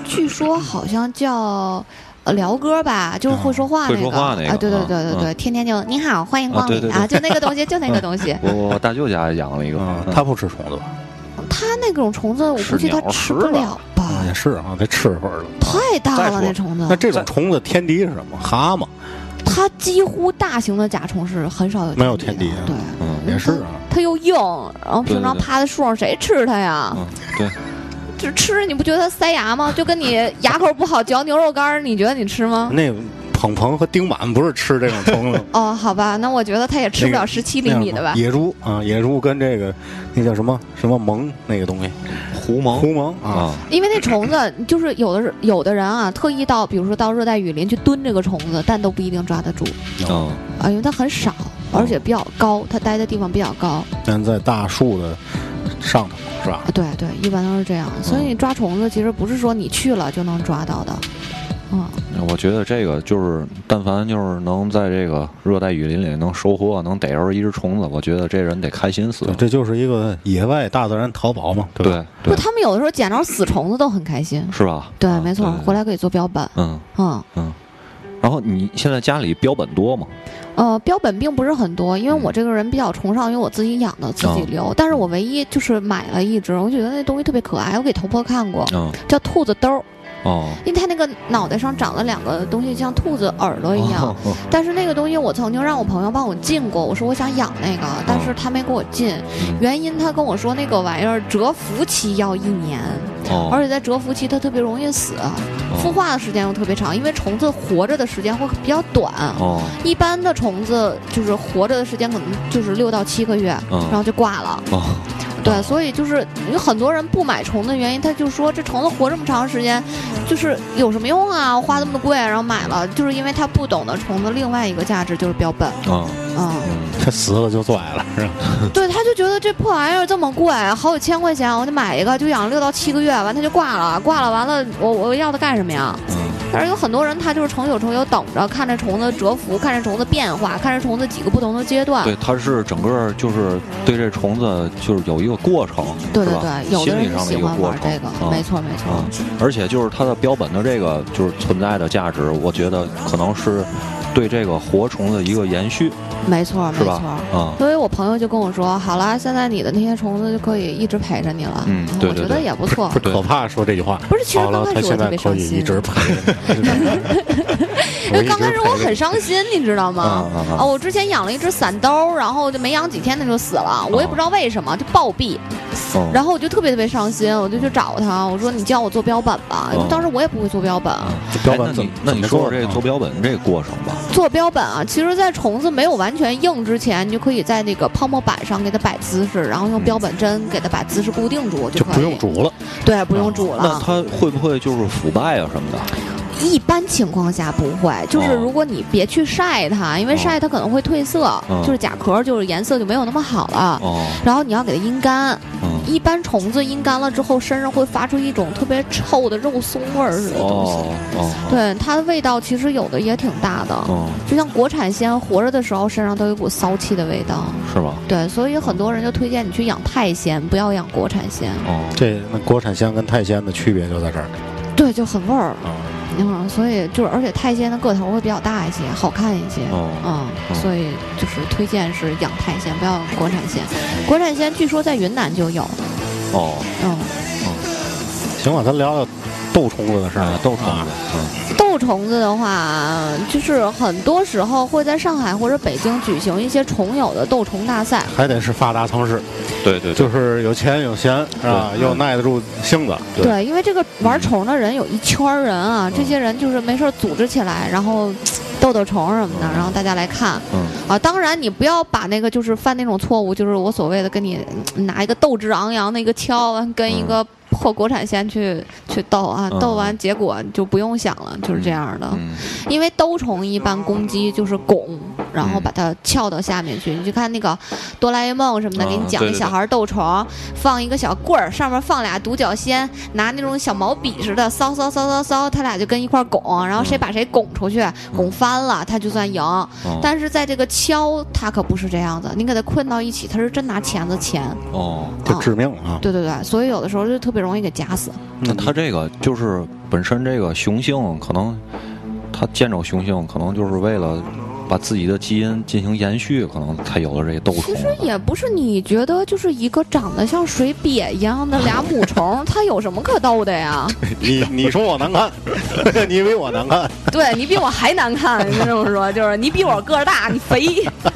D: 据说好像叫呃辽哥吧，就是会说话
C: 会
D: 那个，
C: 说话那个
D: 啊，对对
C: 嗯
D: 对对对，天天就你好，欢迎光临
C: 啊对对对
D: 就那个东西，就 那个东西。
C: 我我我大舅家也养了一个，
B: 啊，
C: 嗯
B: 它不吃虫子吧？
D: 它那种虫子，我估计它吃不了吧
B: 啊，，也是啊，得吃一会儿了。
D: 太大
C: 再说
D: 了那虫
B: 那
D: 子，
B: 这种虫子天敌是什么？蛤蟆
D: 嗯它几乎大型的甲虫是很少有
B: 没有
D: 的
B: 天敌啊
D: 对，
C: 嗯
B: 也是啊。
D: 它又硬，然后平常
C: 对对对
D: 趴在树上谁吃它呀？
C: 嗯，对，
D: 就吃你不觉得它塞牙吗？就跟你牙口不好嚼牛肉干儿，你觉得你吃吗？
B: 那鹏鹏和丁满不是吃这种虫 子，
D: 哦，好吧，那我觉得它也吃不
B: 那
D: 了
B: 个
D: 十七厘米的吧。
B: 野猪啊，野猪跟这个那叫什么什么萌那个东西，
C: 狐獴
D: 哦
B: 狐獴啊，
C: 啊，
D: 因为那虫子就是有的是有的人啊，特意到比如说到热带雨林去蹲这个虫子，但都不一定抓得住
C: 嗯，
D: 啊，因为它很少，而且比较高，它待的地方比较高
B: 但在大树的上头是吧
D: 啊。？对对，一般都是这样，所以
C: 嗯
D: 你抓虫子其实不是说你去了就能抓到的，嗯，
C: 我觉得这个就是，但凡就是能在这个热带雨林里能收获，能逮着一只虫子，我觉得这人得开心死
B: 对，。这就是一个野外大自然淘宝嘛，对吧？
C: 对对，
D: 不，他们有的时候捡着死虫子都很开心，
C: 是吧？
D: 对，
C: 啊
D: 没错，回。
C: 对
D: 来可以做标本，
C: 对嗯
D: 嗯。
C: 嗯。然后你现在家里标本多吗？
D: 呃，标本并不是很多，因为
C: 嗯
D: 我这个人比较崇尚，因为我自己养的，自己
C: 哦
D: 留。但是我唯一就是买了一只，我觉得那东西特别可爱，我给头婆看过，
C: 嗯
D: 叫兔子兜儿。
C: 哦，
D: 因为它那个脑袋上长了两个东西，像兔子耳朵一样。
C: 哦哦
D: 但是那个东西我曾经让我朋友帮我进过，我说我想养那个，但
C: 哦
D: 是他没给我进，原因他跟我说那个玩意儿蛰伏期要一年，
C: 哦
D: 而且在蛰伏期它特别容易死，孵化的时间又特别长，因为虫子活着的时间会比较短。
C: 哦
D: 一般的虫子就是活着的时间可能就是六到七个月，
C: 嗯
D: 然后就挂了。
C: 哦，
D: 对，所以就是有很多人不买虫子的原因，他就说这虫子活这么长时间，
C: 嗯
D: 就是有什么用啊？我花那么贵，然后买了，就是因为他不懂得虫子另外一个价值就是标本，
C: 哦
D: 嗯，
C: 嗯
B: 它死了就拽了，是吧？
D: 对，他就觉得这破玩意儿这么贵，好几千块钱，我就买一个，就养六到七个月，完他就挂了，挂了完了，我我要它干什么呀？
C: 嗯
D: 但是有很多人他就是成宿成宿等着，看着虫子蛰伏，看着虫子变化，看着虫子几个不同的阶段，
C: 对，它是整个就是对这虫子就是有一个过程，
D: 对
C: 是
D: 对
C: 吧
D: 对，有的
C: 心理
D: 人
C: 上的
D: 喜
C: 一
D: 欢
C: 过
D: 玩
C: 程，
D: 这个，
C: 啊
D: 没错没错。
C: 啊，而且就是它的标本的这个就是存在的价值，我觉得可能是对对这个活虫的一个延续，
D: 没错，没
C: 是吧
D: 错。？
C: 啊，
D: 所以我朋友就跟我说，好啦，现在你的那些虫子就可以一直陪着你了。
C: 嗯对对
D: 我觉得
C: 对
D: 也不错。
C: 对
B: 可怕说这句话。
D: 哦不是其实
B: 好了，
D: 刚
B: 他
D: 开始我
B: 现
D: 特
B: 在
D: 别
B: 可
D: 伤
B: 以
D: 心
B: 一直陪着你。
D: 因 为刚开始我很
B: 伤。
D: 伤心，你知道吗
C: 嗯嗯？嗯
D: 啊，我之前养了一只伞兜，然后就没养几天它就死了，我也不知道为什么就暴毙，
C: 嗯
D: 然后我就特别特别伤心，我就去找他，我说你教我做标本吧
C: 嗯，
D: 当时我也不会做标本。
B: 标
C: 哎
B: 本
C: 那
B: 怎
C: 你
B: 么
C: 那你
B: 怎么
C: 说说
B: 说
C: 这
B: 啊
C: 做标本这个过程吧。
D: 做标本啊，其实，在虫子没有完全硬之前，你就可以在那个泡沫板上给它摆姿势，然后用标本针给它把姿势固定住
B: 就
D: 可以。
B: 不用，煮了，
D: 对，不用煮了。
C: 那它会不会就是腐败啊什么的？
D: 一般情况下不会，就是
C: 哦
D: 如果你别去晒它，因为
C: 哦
D: 晒它可能会褪色，
C: 嗯
D: 就是甲壳就是颜色就没有那么好了。
C: 哦，
D: 然后你要给它阴干，
C: 嗯，
D: 一般虫子阴干了之后，身上会发出一种特别臭的肉松味儿似的东西。
C: 哦哦，
D: 对，它的味道其实有的也挺大的，
C: 哦，
D: 就像国产鲜活着的时候身上都有一股骚气的味道。
C: 是吧？
D: 对，所以很多人就推荐你去养泰鲜，不要养国产鲜。
C: 哦，
B: 这那国产鲜跟泰鲜的区别就在这儿
D: 对，就很味儿。
C: 哦
B: 啊。
D: 嗯，所以就是，而且泰鲜的个头会比较大一些，好看一些。
C: 哦，
D: 嗯，
C: 嗯
D: 所以就是推荐是养泰鲜，不要养国产鲜。国产鲜据说在云南就有，
C: 哦，
D: 嗯，
B: 行吧，咱聊聊豆虫子的事儿
C: 哎，，都虫
B: 啊
C: 子，嗯，
D: 豆虫子的话，就是很多时候会在上海或者北京举行一些虫友的斗虫大赛。
B: 还得是发达城市，
C: 对对对，
B: 就是有钱有闲是吧？
C: 对嗯
B: 又耐得住性子，
C: 对嗯
D: 对，因为这个玩虫的人有一圈儿人啊，这些人就是没事儿组织起来，然后嗯斗斗虫什么的，
C: 嗯
D: 然后大家来看。
C: 嗯，
D: 啊，当然你不要把那个就是犯那种错误，就是我所谓的跟你嗯拿一个斗志昂扬的一个锹，跟一个破国产仙去去斗啊，
C: 嗯
D: 斗完结果就不用想了，就是这样的。
C: 嗯，
D: 因为兜虫一般攻击就是拱，然后
C: 嗯
D: 把它撬到下面去。你就看那个哆啦 A 梦什么的，
C: 啊
D: 给你讲
C: 对
D: 那
C: 对
D: 小
C: 对
D: 孩斗虫，放一个小棍儿，上面放俩独角仙，拿那种小毛笔似的，搔搔搔搔搔，他俩就跟一块儿拱，然后谁
C: 嗯
D: 把谁拱出去，拱翻了他就算赢。
C: 哦
D: 但是在这个敲，它可不是这样的，你给它困到一起，它是真拿钳子钳。
C: 哦，
B: 就
D: 啊
B: 致命啊！
D: 对对对，所以有的时候就特别容易给夹死。
B: 嗯
C: 那它这个就是本身这个雄性可能，它见着雄性可能就是为了把自己的基因进行延续，可能才有了这个斗虫
D: 其
C: 吧。
D: 实也不是你觉得就是一个长得像水瘪一样的俩母虫，它有什么可逗的呀？
B: 你你说我难 看，你比我难看，
D: 对你比我还难看，你这么说就是你比我个儿大，你肥，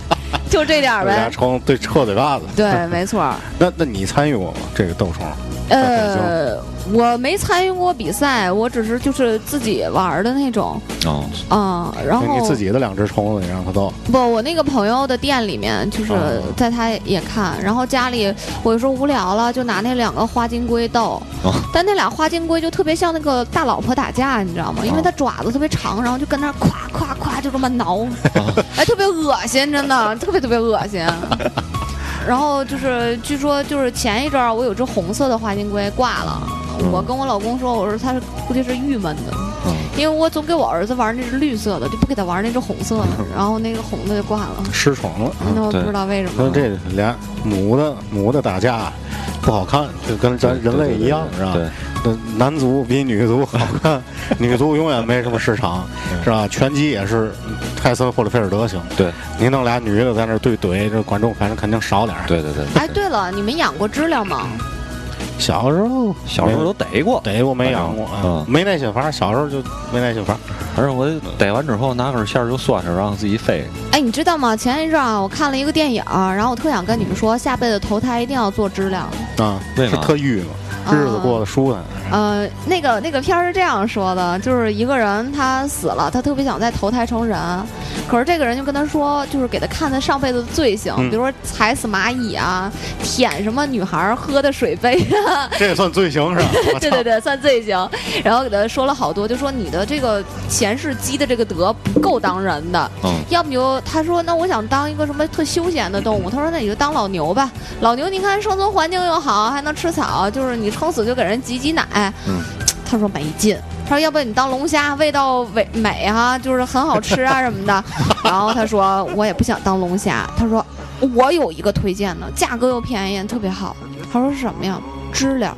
D: 就这点儿
B: 这俩
D: 呗。
B: 虫对撤嘴巴子。
D: 对，没错 儿。
B: 那那你参与过吗？这个豆虫？
D: 呃，我没参与过比赛，我只是就是自己玩儿的那种，
C: 哦，
D: 嗯，然
B: 那
D: 后
B: 你自己的两只虫子，你让它斗，
D: 不，我那个朋友的店里面，就是
B: 哦
D: 在他也看，然后家里我有时候无聊了，就拿那两个花金龟斗，
C: 哦
D: 但那俩花金龟就特别像那个大老婆打架，你知道吗？因为
C: 哦
D: 它爪子特别长，然后就跟那儿咵咵咵就这么挠，
C: 啊
D: 哎，特别恶心，真的特别特别恶心。然后就是，据说就是前一阵儿，我有只红色的花金龟挂了，我跟我老公说，我说他是估计是郁闷的，
C: 嗯
D: 因为我总给我儿子玩那只绿色的，就不给他玩那只红色的，然后那个红的就挂了。
B: 失宠了。
D: 那我不
C: 对
D: 知道为什
B: 那
D: 么。
B: 这
C: 嗯
B: 俩母的母的打架不好看，就跟咱人类一样，是吧？
C: 对，
B: 那男足比女足好看，女足永远没什么市场，是吧？拳击也是泰森或者菲尔德行，
C: 对，
B: 你弄俩女的在那儿对怼，这观众反正肯定少点儿。
C: 对对对，
D: 哎，对了，你们养过知了吗？
B: 小时候
C: 小时候都逮过，
B: 逮过没养过，啊
C: 嗯，
B: 没耐心法，小时候就没耐心法。
C: 反正我逮完之后拿根线儿就拴上，让自己飞。
D: 哎，你知道吗？前一阵啊，我看了一个电影儿，然后我特想跟你们说，下辈子投胎一定要做知了。
B: 啊，
C: 为
B: 是
C: 嘛
B: 特郁嘛，
D: 哦
B: 日子过得舒坦。
D: 呃，那个那个片儿是这样说的，就是一个人他死了，他特别想再投胎成人，可是这个人就跟他说，就是给他看他上辈子的罪行，
B: 嗯
D: 比如说踩死蚂蚁啊，舔什么女孩儿喝的水杯 啊，
B: 这也算罪行是吧？ 我
D: 对
B: 操
D: 对，对，算罪行。然后给他说了好多，就说你的这个前世积的这个德不够当人的，
C: 嗯，
D: 要不你就他说那我想当一个什么特休闲的动物，他说那你就当老牛吧，老牛你看生存环境又好，还能吃草，就是你撑死就给人挤挤奶。
C: 嗯，
D: 他说没劲，他说要不然你当龙虾，味道美美哈、就是很好吃啊什么的。然后他说我也不想当龙虾，他说我有一个推荐的，价格又便宜，特别好。他说是什么呀？知了。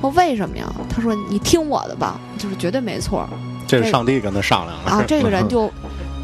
D: 我说为什么呀？他说你听我的吧，就是绝对没错。
B: 这是上帝跟他商量的
D: 啊，这个人就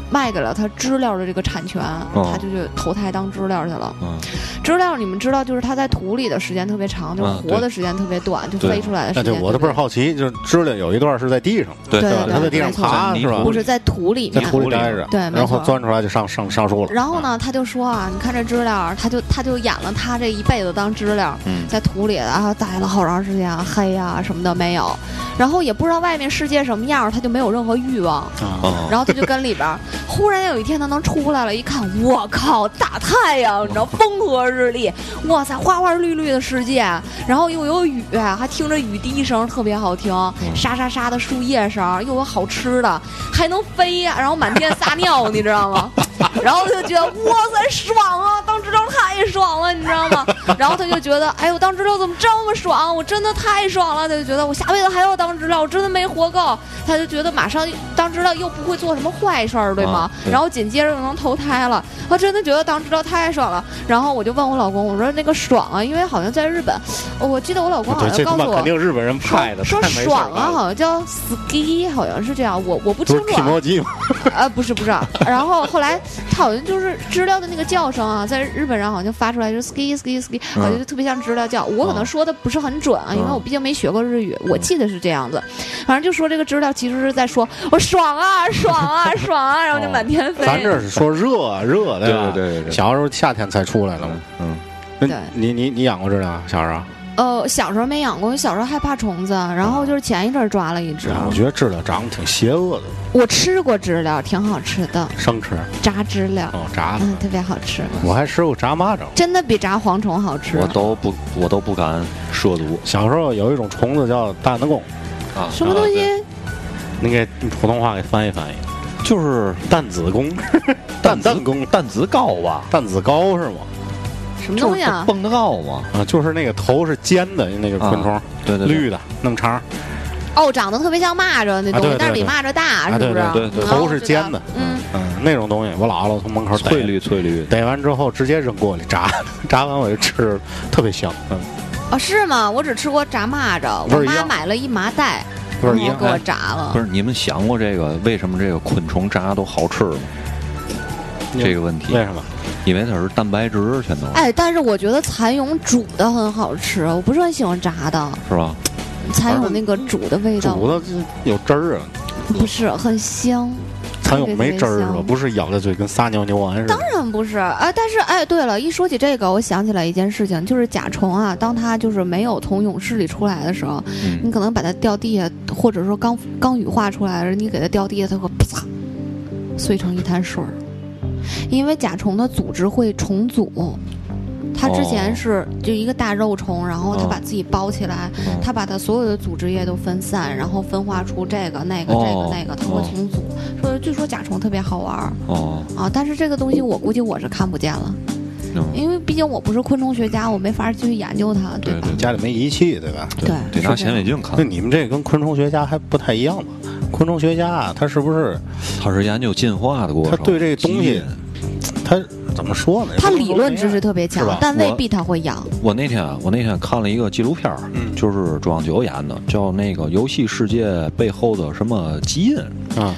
D: 卖给了他知了的这个产权，
C: 哦
D: 他就去投胎当知了去了。
C: 嗯，
D: 知了你们知道，就是它在土里的时间特别长，就是
C: 啊
D: 活的时间特别短，就
C: 对
D: 飞出来的
B: 那
D: 时
B: 就
D: 间。
B: 我都倍儿好奇，就是知了有一段是在地上，
C: 对
D: 对
B: 吧？
D: 对
B: 它在地上
D: 没错
B: 爬
C: 在泥
B: 是吧
C: 土？
D: 不是在土里
B: 在
D: 面。
B: 土里待着，
D: 对没错
B: 然后钻出来就上上上树了。
D: 然后呢，他就说啊，你看这知了，他就他就演了他这一辈子当知了，
C: 嗯
D: 在土里，然后待了好长时间啊，黑啊什么的没有，然后也不知道外面世界什么样，他就没有任何欲望。
B: 啊，
C: 啊，
D: 然后他就跟里边儿，忽然有一天他能出来了，一看，我靠，大太阳，你知道，风和日丽，哇塞，花花绿绿的世界，啊然后又有雨，还听着雨滴声，特别好听，
C: 嗯
D: 沙沙沙的树叶声，又有好吃的，还能飞呀，然后满天撒尿，你知道 吗？然后他就觉得哇塞爽啊，当知了太爽了，你 知道吗？然后他就觉得，哎呦，当知了怎么这么爽？我真的太爽了！他就觉得我下辈子还要当知了，我真的没活够。他就觉得马上当知了又不会做什么坏事儿，对吗
C: 啊？对
D: 然后紧接着又能投胎了，他真的觉得当知了太爽了。然后我就问我老公，我说那个爽啊，因为好像在日本，我记得我老公好
B: 对，这
D: 像
B: 他
D: 告
B: 妈
D: 诉
B: 肯
D: 我。
B: 定日本人
D: 说
B: 派的，
D: 说
B: 太没事儿
D: 爽啊，
B: 了，
D: 好像叫 ski，好像是这样，我我不
B: 不
D: 清
B: 是
D: 楚、
B: 提
D: 啊。
B: 摩机吗？
D: 啊，不是不是啊，然后后来他好像就是知了的那个叫声啊，在日本上好像发出来就是 ski ski ski，
B: 嗯
D: 好像就特别像知了叫。我可能说的不是很准啊，因为我毕竟没学过日语，
B: 嗯
D: 我记得是这样子。反正就说这个知了其实是在说我爽啊爽啊爽啊，然后
B: 哦
D: 就满天飞。
B: 咱这是说热啊热，吧？
C: 对对对对对
B: 小时候夏天才出来了嘛。
C: 嗯，
B: 那
D: 对
B: 你你你养过知了？小时啊候？
D: 呃，小时候没养过，我小时候害怕虫子，然
B: 啊
D: 后就是前一阵儿抓了一只，
B: 我觉得知了长得挺邪恶的，
D: 我吃过知了，挺好吃的，
B: 生吃
D: 炸知了，
B: 哦炸的。
D: 嗯，特别好吃，
B: 我还吃过炸蚂蚱。
D: 真的比炸蝗虫好
B: 啊
D: 吃
C: 我。都不我都不敢涉足
B: 小时候有一种虫子叫大南宫，
C: 啊，
D: 什么东西？
B: 你给普通话给翻译翻译，
C: 就是
B: 蛋子宫，
C: 蛋
B: 蛋宫，
C: 蛋子高吧，
B: 蛋子糕是吗？
D: 什么
C: 就
D: 东
C: 是
D: 西啊？
C: 蹦得高嘛，啊
B: 啊，就是那个头是尖的那个昆虫，
C: 对对对
B: 绿的，那么长，
D: 哦，长得特别像蚂蚱那
B: 啊对
D: 东西
B: 对，
D: 但是比
B: 对啊
D: 蚂蚱大，是
B: 对
D: 不是？
B: 对
C: 对对
D: 嗯
B: 头是尖的，
D: 嗯，
B: 嗯，那种东西，我姥姥从门口逮
C: 翠绿翠绿，
B: 逮完之后直接扔锅里炸， 炸完我就吃了，特别香，嗯，
D: 哦，是吗？我只吃过炸蚂蚱，
B: 味
D: 我
B: 儿一
D: 妈
B: 样
D: 买了一麻袋，
B: 味
D: 然
B: 儿
D: 后
B: 一样哎
D: 给我炸了
C: 不。是你们想过这个为什么这个昆虫炸都好吃吗？这个问题
B: 为，什么？
C: 因为它是蛋白质全都是，
D: 哎，但是我觉得蚕蛹煮的很好吃，我不是很喜欢炸的，
C: 是吧？
D: 蚕蛹那个煮的味道
B: 煮的有汁儿啊，
D: 不是很香。
B: 蚕蛹没汁儿
D: 特别
B: 啊，
D: 香
B: 不是咬在嘴跟撒尿牛丸似的。
D: 当然不是啊，但是哎，对了，一说起这个，我想起来一件事情，就是甲虫啊，当它就是没有从蛹室里出来的时候，你
C: 嗯，
D: 可能把它掉地下，或者说刚刚羽化出来了，你给它掉地下，它会啪嚓碎成一滩水儿。因为甲虫的组织会重组，它之前
C: 哦
D: 是就一个大肉虫，然后它
C: 嗯
D: 把自己包起来，
C: 嗯
D: 它把它所有的组织液都分散，然后分化出这个那个这个
C: 哦
D: 那个，它会
C: 哦
D: 重组。说据说甲虫特别好玩儿
C: 哦，
D: 啊，但是这个东西我估计我是看不见了，
C: 嗯
D: 因为毕竟我不是昆虫学家，我没法儿继续研究它，
C: 对
D: 吧？
C: 对
B: 家里没仪器，对吧？
D: 对
C: 得
D: 是
C: 拿
D: 这
C: 显
D: 样
C: 微镜看
B: 那，你们这跟昆虫学家还不太一样吧？昆虫学家啊，他是不是
C: 它是研究进化的过程，
B: 他对这东
C: 基
B: 西
C: 因，
B: 他怎么说呢？
D: 它理论知识特别强
B: 是吧，
D: 但未
C: 我
D: 必它会养。
C: 我那天啊，我那天看了一个纪录片儿，
D: 嗯
C: 就是朱望九演的，叫那个《游戏世界背后的什么基因》，
B: 啊，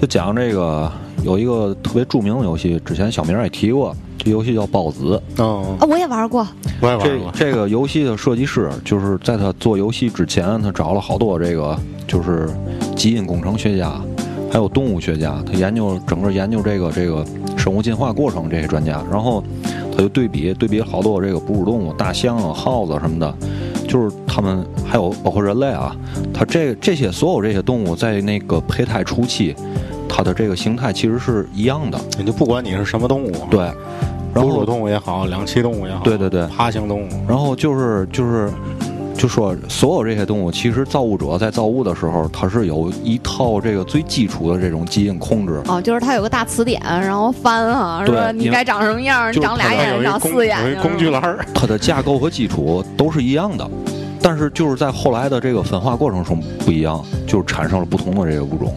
C: 就讲这个有一个特别著名的游戏，之前小明儿也提过，这游戏叫《孢子
B: 哦，
D: 啊，我也玩过，
B: 我也》。玩
C: 这
B: 过，
C: 这个游戏的设计师就是在他做游戏之前，他找了好多这个就是基因工程学家，还有动物学家，他研究整个研究这个这个生物进化过程这些专家，然后他就对比对比了好多这个哺乳动物，大象啊、耗子什么的，就是他们还有包括人类啊，它这这些所有这些动物在那个胚胎初期，它的这个形态其实是一样的，
B: 你就不管你是什么动物，，
C: 对，然
B: 哺乳
C: 后
B: 动物也好，两栖动物也好，
C: 对对对
B: 爬行动物，
C: 然后就是就是。就说所有这些动物，其实造物者在造物的时候，它是有一套这个最基础的这种基因控制，
D: 哦，就是它有个大词典，然后翻啊，
C: 对
D: 说你
C: 因为
D: 该长什么样儿，
C: 就是
D: 长俩
C: 它
D: 眼
B: 有
D: 睛，
B: 一
D: 长
B: 工
D: 四眼啊
B: 有一
D: 睛是吧，嗯
B: 工具栏儿，
C: 它的架构和基础都是一样的，但是就是在后来的这个分化过程中不一样，就是产生了不同的这个物种。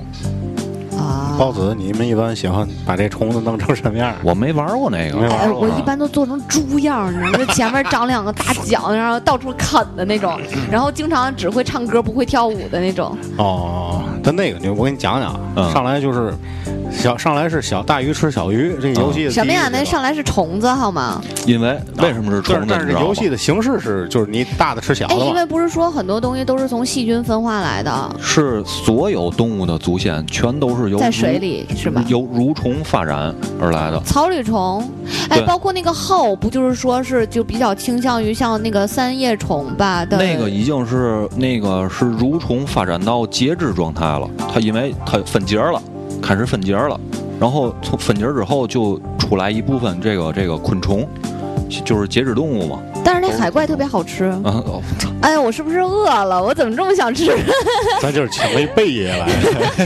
D: 啊。
B: 包子，你们一般喜欢把这虫子弄成什么样儿？
C: 我没玩过那
B: 没
C: 个，
B: 玩
D: 哎，
B: 过
D: 我一般都做成猪样儿，你知道吗？就前面长两个 大脚，然后到处啃的那种，
B: 嗯
D: 然后经常只会唱歌不会跳舞的那种。
B: 哦，但那个你我给你讲讲啊，
C: 嗯
B: 上来就是小上来是小大鱼吃小鱼，这个游戏的
D: 什么呀？
B: 第一
D: 啊那
B: 个
D: 上来是虫子好吗？
C: 因为嗯为什么是虫子？
B: 但是但
C: 你知
B: 是
C: 道吗
B: 游戏的形式是就是你大的吃小
D: 哎，
B: 的
D: 因
B: 嘛
D: 为，不是说很多东西都是从细菌分化来的，
C: 是所有动物的祖先全都是由
D: 在
C: 蠕
D: 水里是吧？
C: 由蠕虫发展而来的。
D: 草履虫，哎，
C: 对
D: 包括那个后，不就是说是就比较倾向于像那个三叶虫吧的
C: 那个已经是那个是蠕虫发展到节肢状态了，它因为它分节了，开始分节了，然后从分节之后就出来一部分这个这个昆虫，就是节肢动物嘛。
D: 但是那海怪特别好吃。
C: 啊，哦操
D: 哎，我是不是饿了？我怎么这么想
C: 哎
D: 吃？
B: 咱就是请了一贝爷来，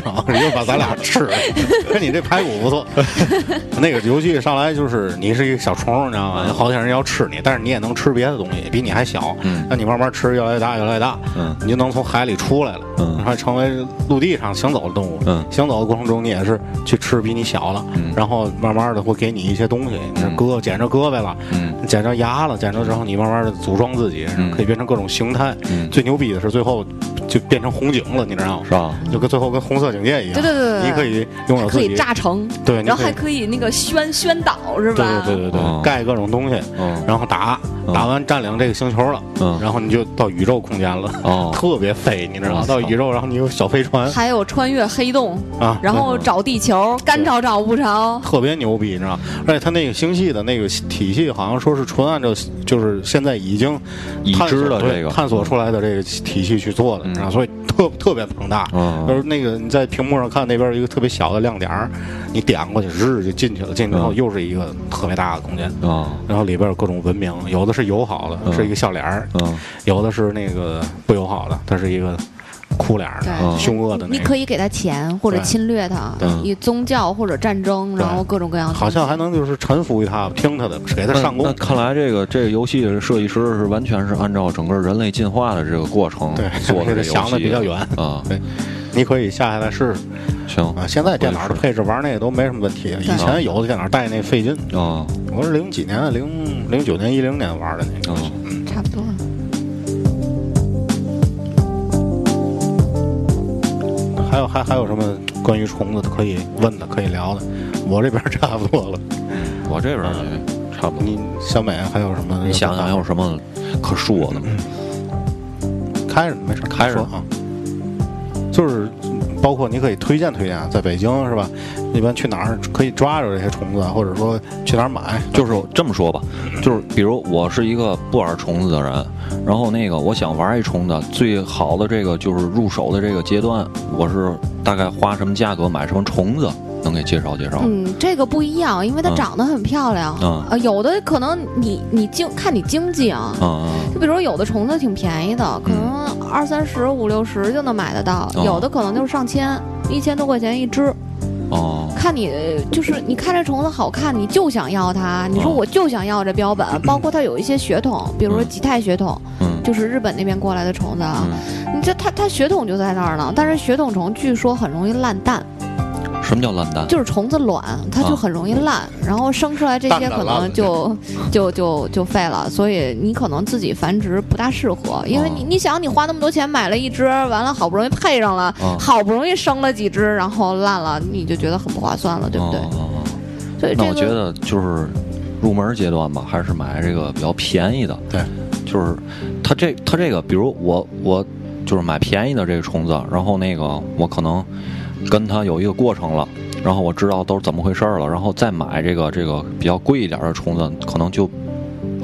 B: 然后又把咱俩吃了。跟你这排骨不错。那个游戏上来就是你是一个小虫，你知道吗？有好些人要吃你，但是你也能吃别的东西，比你还小。
C: 嗯
B: 那你慢慢吃，越来越大，越来越大，
C: 嗯
B: 你就能从海里出来了，
C: 嗯
B: 然后成为陆地上行走的动物。
C: 嗯
B: 行走的过程中，你也是去吃比你小的，
C: 嗯
B: 然后慢慢的会给你一些东西，你这
C: 嗯
B: 胳膊捡着胳膊了，
C: 嗯
B: 捡着牙了，捡着之后，你慢慢的组装自己，
C: 嗯
B: 可以变成各种形态。
C: 嗯
B: 最牛逼的是最后就变成红警了，你知道吗？
C: 是吧？
B: 就跟最后跟红色警戒一样，
D: 对对对对对
B: 你可以拥有自
D: 可
B: 己
D: 以炸成，
B: 对，你
D: 然后还
B: 以
D: 可以那个宣宣导是
B: 对
D: 吧？
B: 对对对对，
C: 哦
B: 盖各种东西，
C: 嗯
B: 然后打
C: 嗯
B: 打完占领这个星球了，
C: 嗯
B: 然后你就到宇宙空间了。
C: 哦，
B: 特别飞，你知道吗
C: 我？操
B: 到宇宙，然后你有小飞 船
D: 还有穿越黑洞，
B: 啊，
D: 然后找地球，干找找不着。
B: 特别牛逼，你知道吗？而且它那个星系的那个体系，好像说是纯按照就是现在已经
C: 已
B: 探索
C: 知的
B: 对
C: 这个
B: 探索出来的这个体系去做的，
C: 嗯
B: 你知道，所以特特别庞大。
C: 嗯
B: 就是那个你在屏幕上看那边有一个特别小的亮点儿，你点过去，日就进去了，进去以后
C: 嗯
B: 又是一个特别大的空间。
C: 啊
B: 然后里边有各种文明，有的是友好的，
C: 嗯
B: 是一个笑脸儿；
C: 嗯
B: 有的是那个不友好的，它是一个哭脸儿的
C: 嗯
B: 凶恶的那
D: 你
B: 个。
D: 可以给他钱或者
B: 对嗯
D: 侵略他
C: 对，
D: 以宗教或者战争，
B: 对
D: 然后各种各样的。
B: 好像还能就是臣服于他，听他的，给他
C: 那
B: 上供
C: 那。看来这个这个游戏的设计师是完全是按照整个人类进化的这个过程
B: 对
C: 做的这
B: 这
C: 游
B: 个
C: 戏，
B: 想的比较远
C: 啊。
B: 对，你可以下下来试试
C: 行
B: 啊。现在电脑的配置玩那个都没什么问题，以前有的电脑带那费劲。
C: 啊
B: 我是零几年的，零零九年、一零年玩的那个。
C: 啊，
D: 差不多。
B: 还有还还有什么关于虫子的可以问的、可以聊的？我这边儿差不 多了。
C: 我这边儿也差不多。
B: 你小美还有什么？
C: 你想想还有什么可说的？
B: 开着呢没事，
C: 开着
B: 说啊。就是包括你可以推荐推荐啊，在北京是吧？一般去哪儿可以抓着这些虫子啊，或者说去哪儿买？
C: 就是这么说吧，就是比如我是一个不玩虫子的人，然后那个我想玩一虫子，最好的这个就是入手的这个阶段，我是大概花什么价格买什么虫子，能给介绍介绍？
D: 嗯，这个不一样，因为它
C: 哦嗯
D: 长得很漂亮。
C: 嗯
D: 啊，有的可能你你经看你经济啊。
C: 嗯嗯
D: 就比如说有的虫子挺便宜的，可能二三十、五六十就能买得到，
C: 哦
D: 有的可能就是上千，一千多块钱一只。
C: 哦
D: 看你就是你看这虫子好看，你就想要它。你说
C: 哦
D: 我就想要这标本， 包括它有一些血统，比如说
C: 嗯
D: 吉泰血统，
C: 嗯
D: 就是日本那边过来的虫子啊。
C: 嗯，
D: 你这它它血统就在那儿呢，但是血统虫据说很容易烂蛋，
C: 什么叫烂蛋？
D: 就是虫子卵，它就
C: 啊
D: 很容易烂，然后生出来这些
B: 蛋蛋
D: 可
B: 烂
D: 能
B: 了
D: 就就就就废了，所以你可能自己繁殖不大适合，因为你
C: 哦
D: 你想你花那么多钱买了一只，完了好不容易配上了，
C: 哦
D: 好不容易生了几只，然后烂了，你就觉得很不划算了，对不对？
C: 哦哦哦
D: 所以
C: 那
D: 呃这
C: 我觉
D: 个
C: 得就是入门阶段吧，还是买这个比较便宜的。
B: 对，
C: 就是它这它这个，比如我我就是买便宜的这个虫子，然后那个我可能跟它有一个过程了，然后我知道都是怎么回事儿了，然后再买这个这个比较贵一点的虫子，可能就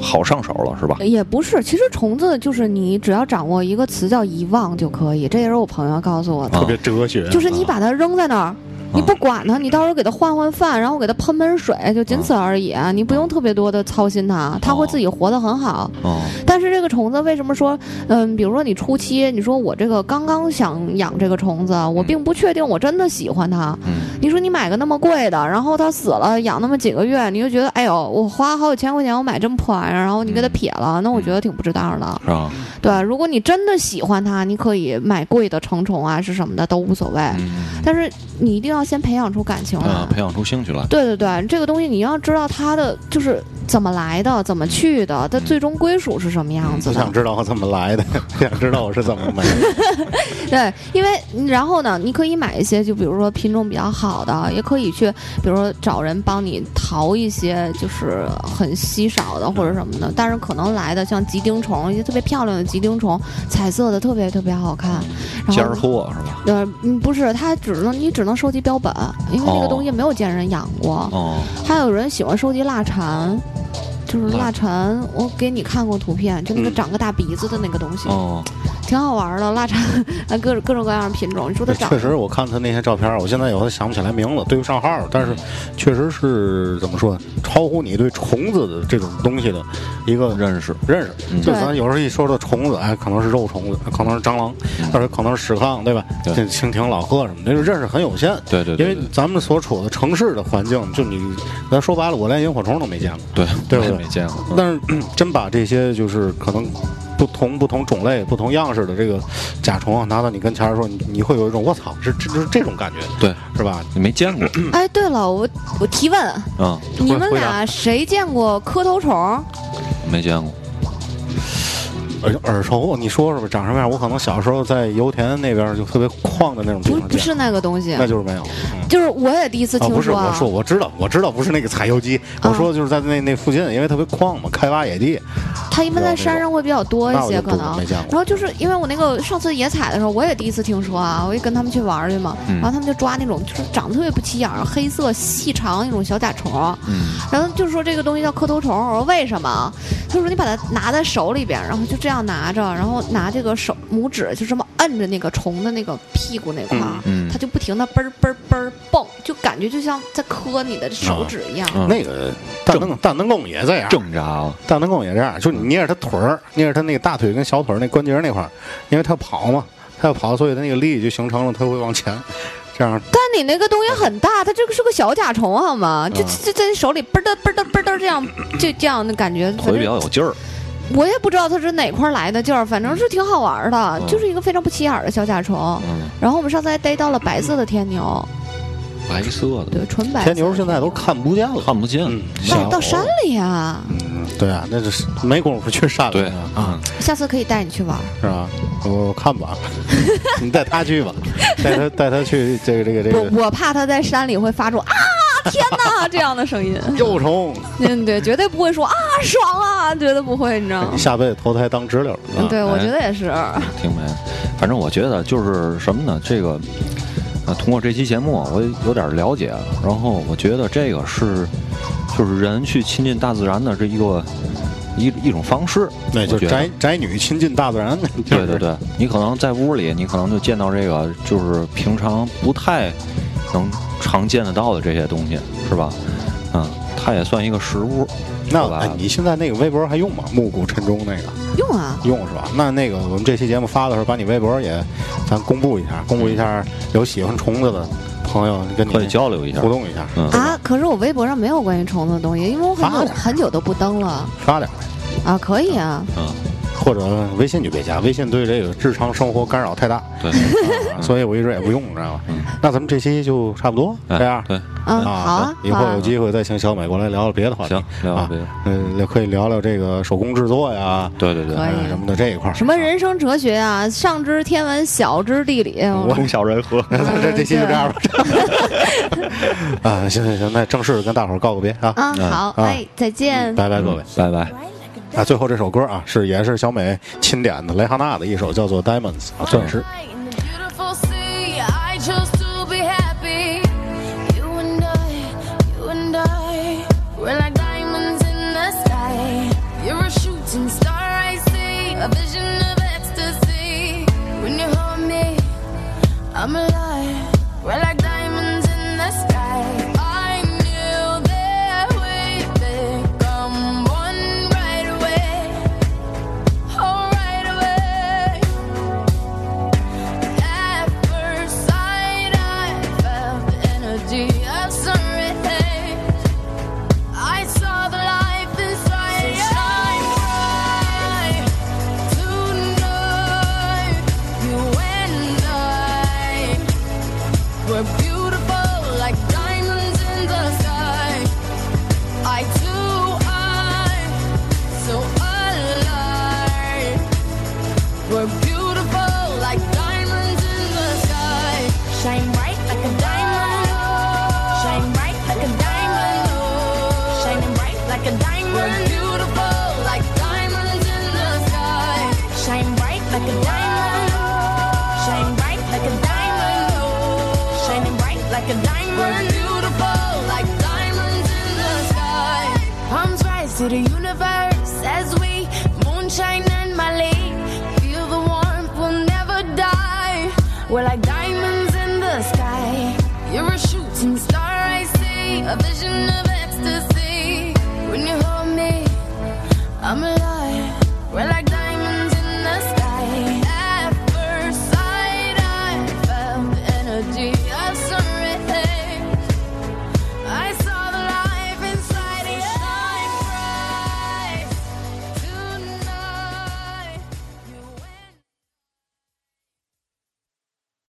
C: 好上手了，是吧？
D: 也不是，其实虫子就是你只要掌握一个词叫遗忘就可以，这也是我朋友告诉我的。
C: 啊
B: 特别哲学。
D: 就是你把它扔在那儿，你不管它，你到时候给它换换饭，然后给它喷喷水，就仅此而已，啊你不用特别多的操心它，它会自己活得很好。
C: 哦
D: 但是这个虫子为什么说，嗯，比如说你初期，你说我这个刚刚想养这个虫子，我并不确定我真的喜欢它。
C: 嗯
D: 你说你买个那么贵的，然后它死了，养那么几个月，你就觉得，哎呦，我花好几千块钱，我买这么破玩意儿，然后你给它撇了，那我觉得挺不值当的。
C: 是吧？
D: 对，如果你真的喜欢它，你可以买贵的成虫啊，是什么的都无所谓。
C: 嗯
D: 但是你一定要要先培养出感情来。
C: 嗯，培养出兴趣来。
D: 对对对，这个东西你要知道它的就是怎么来的，怎么去的，它最终归属是什么样子
C: 嗯
B: 不
D: 的
B: 想。知道我怎么来的， 不想知道我是怎么没的。
D: 对，因为然后呢，你可以买一些，就比如说品种比较好的，也可以去，比如说找人帮你淘一些，就是很稀少的或者什么的。但是可能来的像吉丁虫，一些特别漂亮的吉丁虫，彩色的特别特别好看。然
C: 尖儿
D: 后
C: 货是吧？
D: 呃，嗯，不是，它只能你只能收集标本，因为这
C: 哦
D: 个东西没有见人养过。
C: 哦，
D: 还有人喜欢收集腊蝉，就是
C: 腊
D: 腊蝉，我给你看过图片，就那个
C: 嗯
D: 长个大鼻子的那个东西，
C: 哦，
D: 挺好玩的。 腊蝉，呃各种各种各样的品种，你说它长
B: 确实，我看他那些照片，我现在有的想不起来名字，对不上号，但是确实是怎么说，超乎你对虫子的这种东西的一个
C: 认识。
B: 认识。
C: 嗯
B: 就
D: 对
B: 咱有时候一说这虫子，哎，可能是肉虫子，可能是蟑螂，或者可能是屎炕，对吧？
C: 嗯对
B: 这蜻蜓、老鹤什么的，就是认识很有限。
C: 对对对
B: 因为咱们所处的城市的环境，就你，咱说白了，我连萤火虫都没见过。
C: 对，
B: 对
C: 我也
B: 对
C: 没见过。
B: 但是嗯真把这些就是可能不同不同种类、不同样式的这个甲虫啊，拿到你跟前儿的时候，你你会有一种我操，是这就是这种感觉，
C: 对，
B: 是吧？
C: 你没见过
D: 哎，对了，我我提问，
C: 啊？
D: 你们
B: 回答
D: 俩谁见过磕头虫？
C: 没见过。
B: 耳耳熟，你说说吧，长什么样？我可能小时候在油田那边就特别旷的那种地
D: 不，
B: 方
D: 不
B: 见，
D: 是那个东西
B: 那，就是没有。嗯
D: 就是我也第一次
B: 啊，
D: 听
B: 不是，
D: 说
B: 我
D: 啊。
B: 说我知道，我知道不是那个采油机，我
D: 啊
B: 说就是在那那附近，因为特别旷嘛，开挖野地。
D: 它一般在山上会比较多一些，
B: 那我就不
D: 可能
B: 没见过。
D: 然后就是因为我那个上次野采的时候，我也第一次听说啊，我也跟他们去玩儿去嘛，
C: 嗯
D: 然后他们就抓那种就是长得特别不起眼儿、黑色细长那种小甲虫，
C: 嗯，
D: 然后就说这个东西叫磕头虫，我说为什么？他说你把它拿在手里边，然后就这样拿着，然后拿这个手拇指就这么摁着那个虫的那个屁股那块儿，
C: 嗯嗯
D: 它就不停的嘣儿嘣儿嘣儿蹦，就感觉就像在磕你的手指一样。
C: 嗯
B: 那个大灯大灯贡也这样，
C: 挣扎了。
B: 大灯贡也这样，就是
C: 嗯
B: 你捏着他腿儿，捏着他那个大腿跟小腿儿那关节那块儿，因为他跑嘛，他要跑，所以他那个力就形成了，他会往前，这样
D: 但你那个东西很大，它这个是个小甲虫好吗？就
B: 嗯
D: 就在手里嘣儿的嘣儿的嘣儿的这样，就这样的感觉。反
C: 腿比较
D: 正
C: 有劲儿，
D: 我也不知道它是哪块儿来的劲儿，反正是挺好玩儿的，
C: 嗯
D: 就是一个非常不起眼儿的小甲虫。
C: 嗯，
D: 然后我们上次还逮到了白色的天牛，
C: 白色的，
D: 对，纯白色
B: 天
D: 的。
B: 牛现在都看不见了。
C: 看不见
B: 嗯，
C: 吓
D: 到
C: 我
D: 到山里啊，
B: 嗯，对啊，那就是没工夫去山里
C: 对
B: 了啊
C: 啊，，
D: 下次可以带你去玩儿。
B: 是吧？我看 吧，你带他去吧，带他带他去这个这个这个
D: 我我怕它在山里会发出啊天哪这样的声音，
B: 幼虫，
D: 嗯，对，绝对不会说啊爽啊，绝对不会，你知道吗
B: 你？下辈子投胎当知了，是吧
D: 嗯对，我
C: 哎
D: 觉得也是。
C: 听没？反正我觉得就是什么呢？这个啊，通过这期节目我有点了解，然后我觉得这个是就是人去亲近大自然的这一个一一种方式，
B: 那就
C: 我觉
B: 是
C: 得
B: 宅宅女亲近大自然，
C: 对对，对，你可能在屋里，你可能就见到这个，就是平常不太能常见得到的这些东西，是吧？嗯，它也算一个食物，
B: 那
C: 好吧
B: 哎，你现在那个微博还用吗？暮鼓晨钟那个
D: 用啊，
B: 用是吧？那那个我们这期节目发的时候，把你微博也咱公布一下，公布一下，有喜欢虫子的朋友跟你
C: 可以交流一下
B: 互。动一下，
C: 嗯，
D: 啊，可是我微博上没有关于虫子的东西，因为我很
B: 发
D: 久
B: 了
D: 很久都不登了
B: 刷点儿，
D: 啊，可以啊，
C: 嗯，
B: 或者微信就别加，微信对这个日常生活干扰太大，
C: 对，
B: 啊所以我一直也不用，知道吧
C: 嗯？
B: 那咱们这期就差不多
C: 哎
B: 这样。
C: 对，
D: 嗯，好啊，
B: 以
D: 好
B: 后
D: 啊
B: 有机会再请小美过来聊聊别的话题。
C: 行，聊聊
B: 啊
C: 别的，
B: 嗯，也可以聊聊这个手工制作呀，
C: 对对对
D: 可，
B: 啊
D: 以
B: 什么的这一块儿。
D: 什么人生哲学啊，上知天文，小知地理，
B: 我
C: 小人和，
B: 那这这期就这样吧。 啊，行行行，那正式跟大伙儿告个别啊，
D: 嗯，好，
B: 嗯
D: 哎，再见。
B: 拜拜各位。
C: 拜拜。
B: 啊，最后这首歌啊，是也是小美钦点的蕾哈娜的一首，叫做《Diamonds》啊，钻石。
F: In the beautiful sea, I chose to be happy. You and I, you and I, we're like diamonds in the sky. You're a shooting star, I see, a vision of ecstasy. When you hold me, I'm alive. We're like diamonds in the sky. I knew that we would become one right away. Oh, right away. and beautiful like diamonds in the sky. Shine bright like a diamond. Shine bright like a diamond. Shining bright like a diamond. We're beautiful like diamonds in the sky. Palms rise to the universe as we moonshine and Mali. Feel the warmth, we'll never die. We're like diamonds in the sky. You're a shooting star, I see. A vision of ecstasy. When you hold me, I'm alive. We're like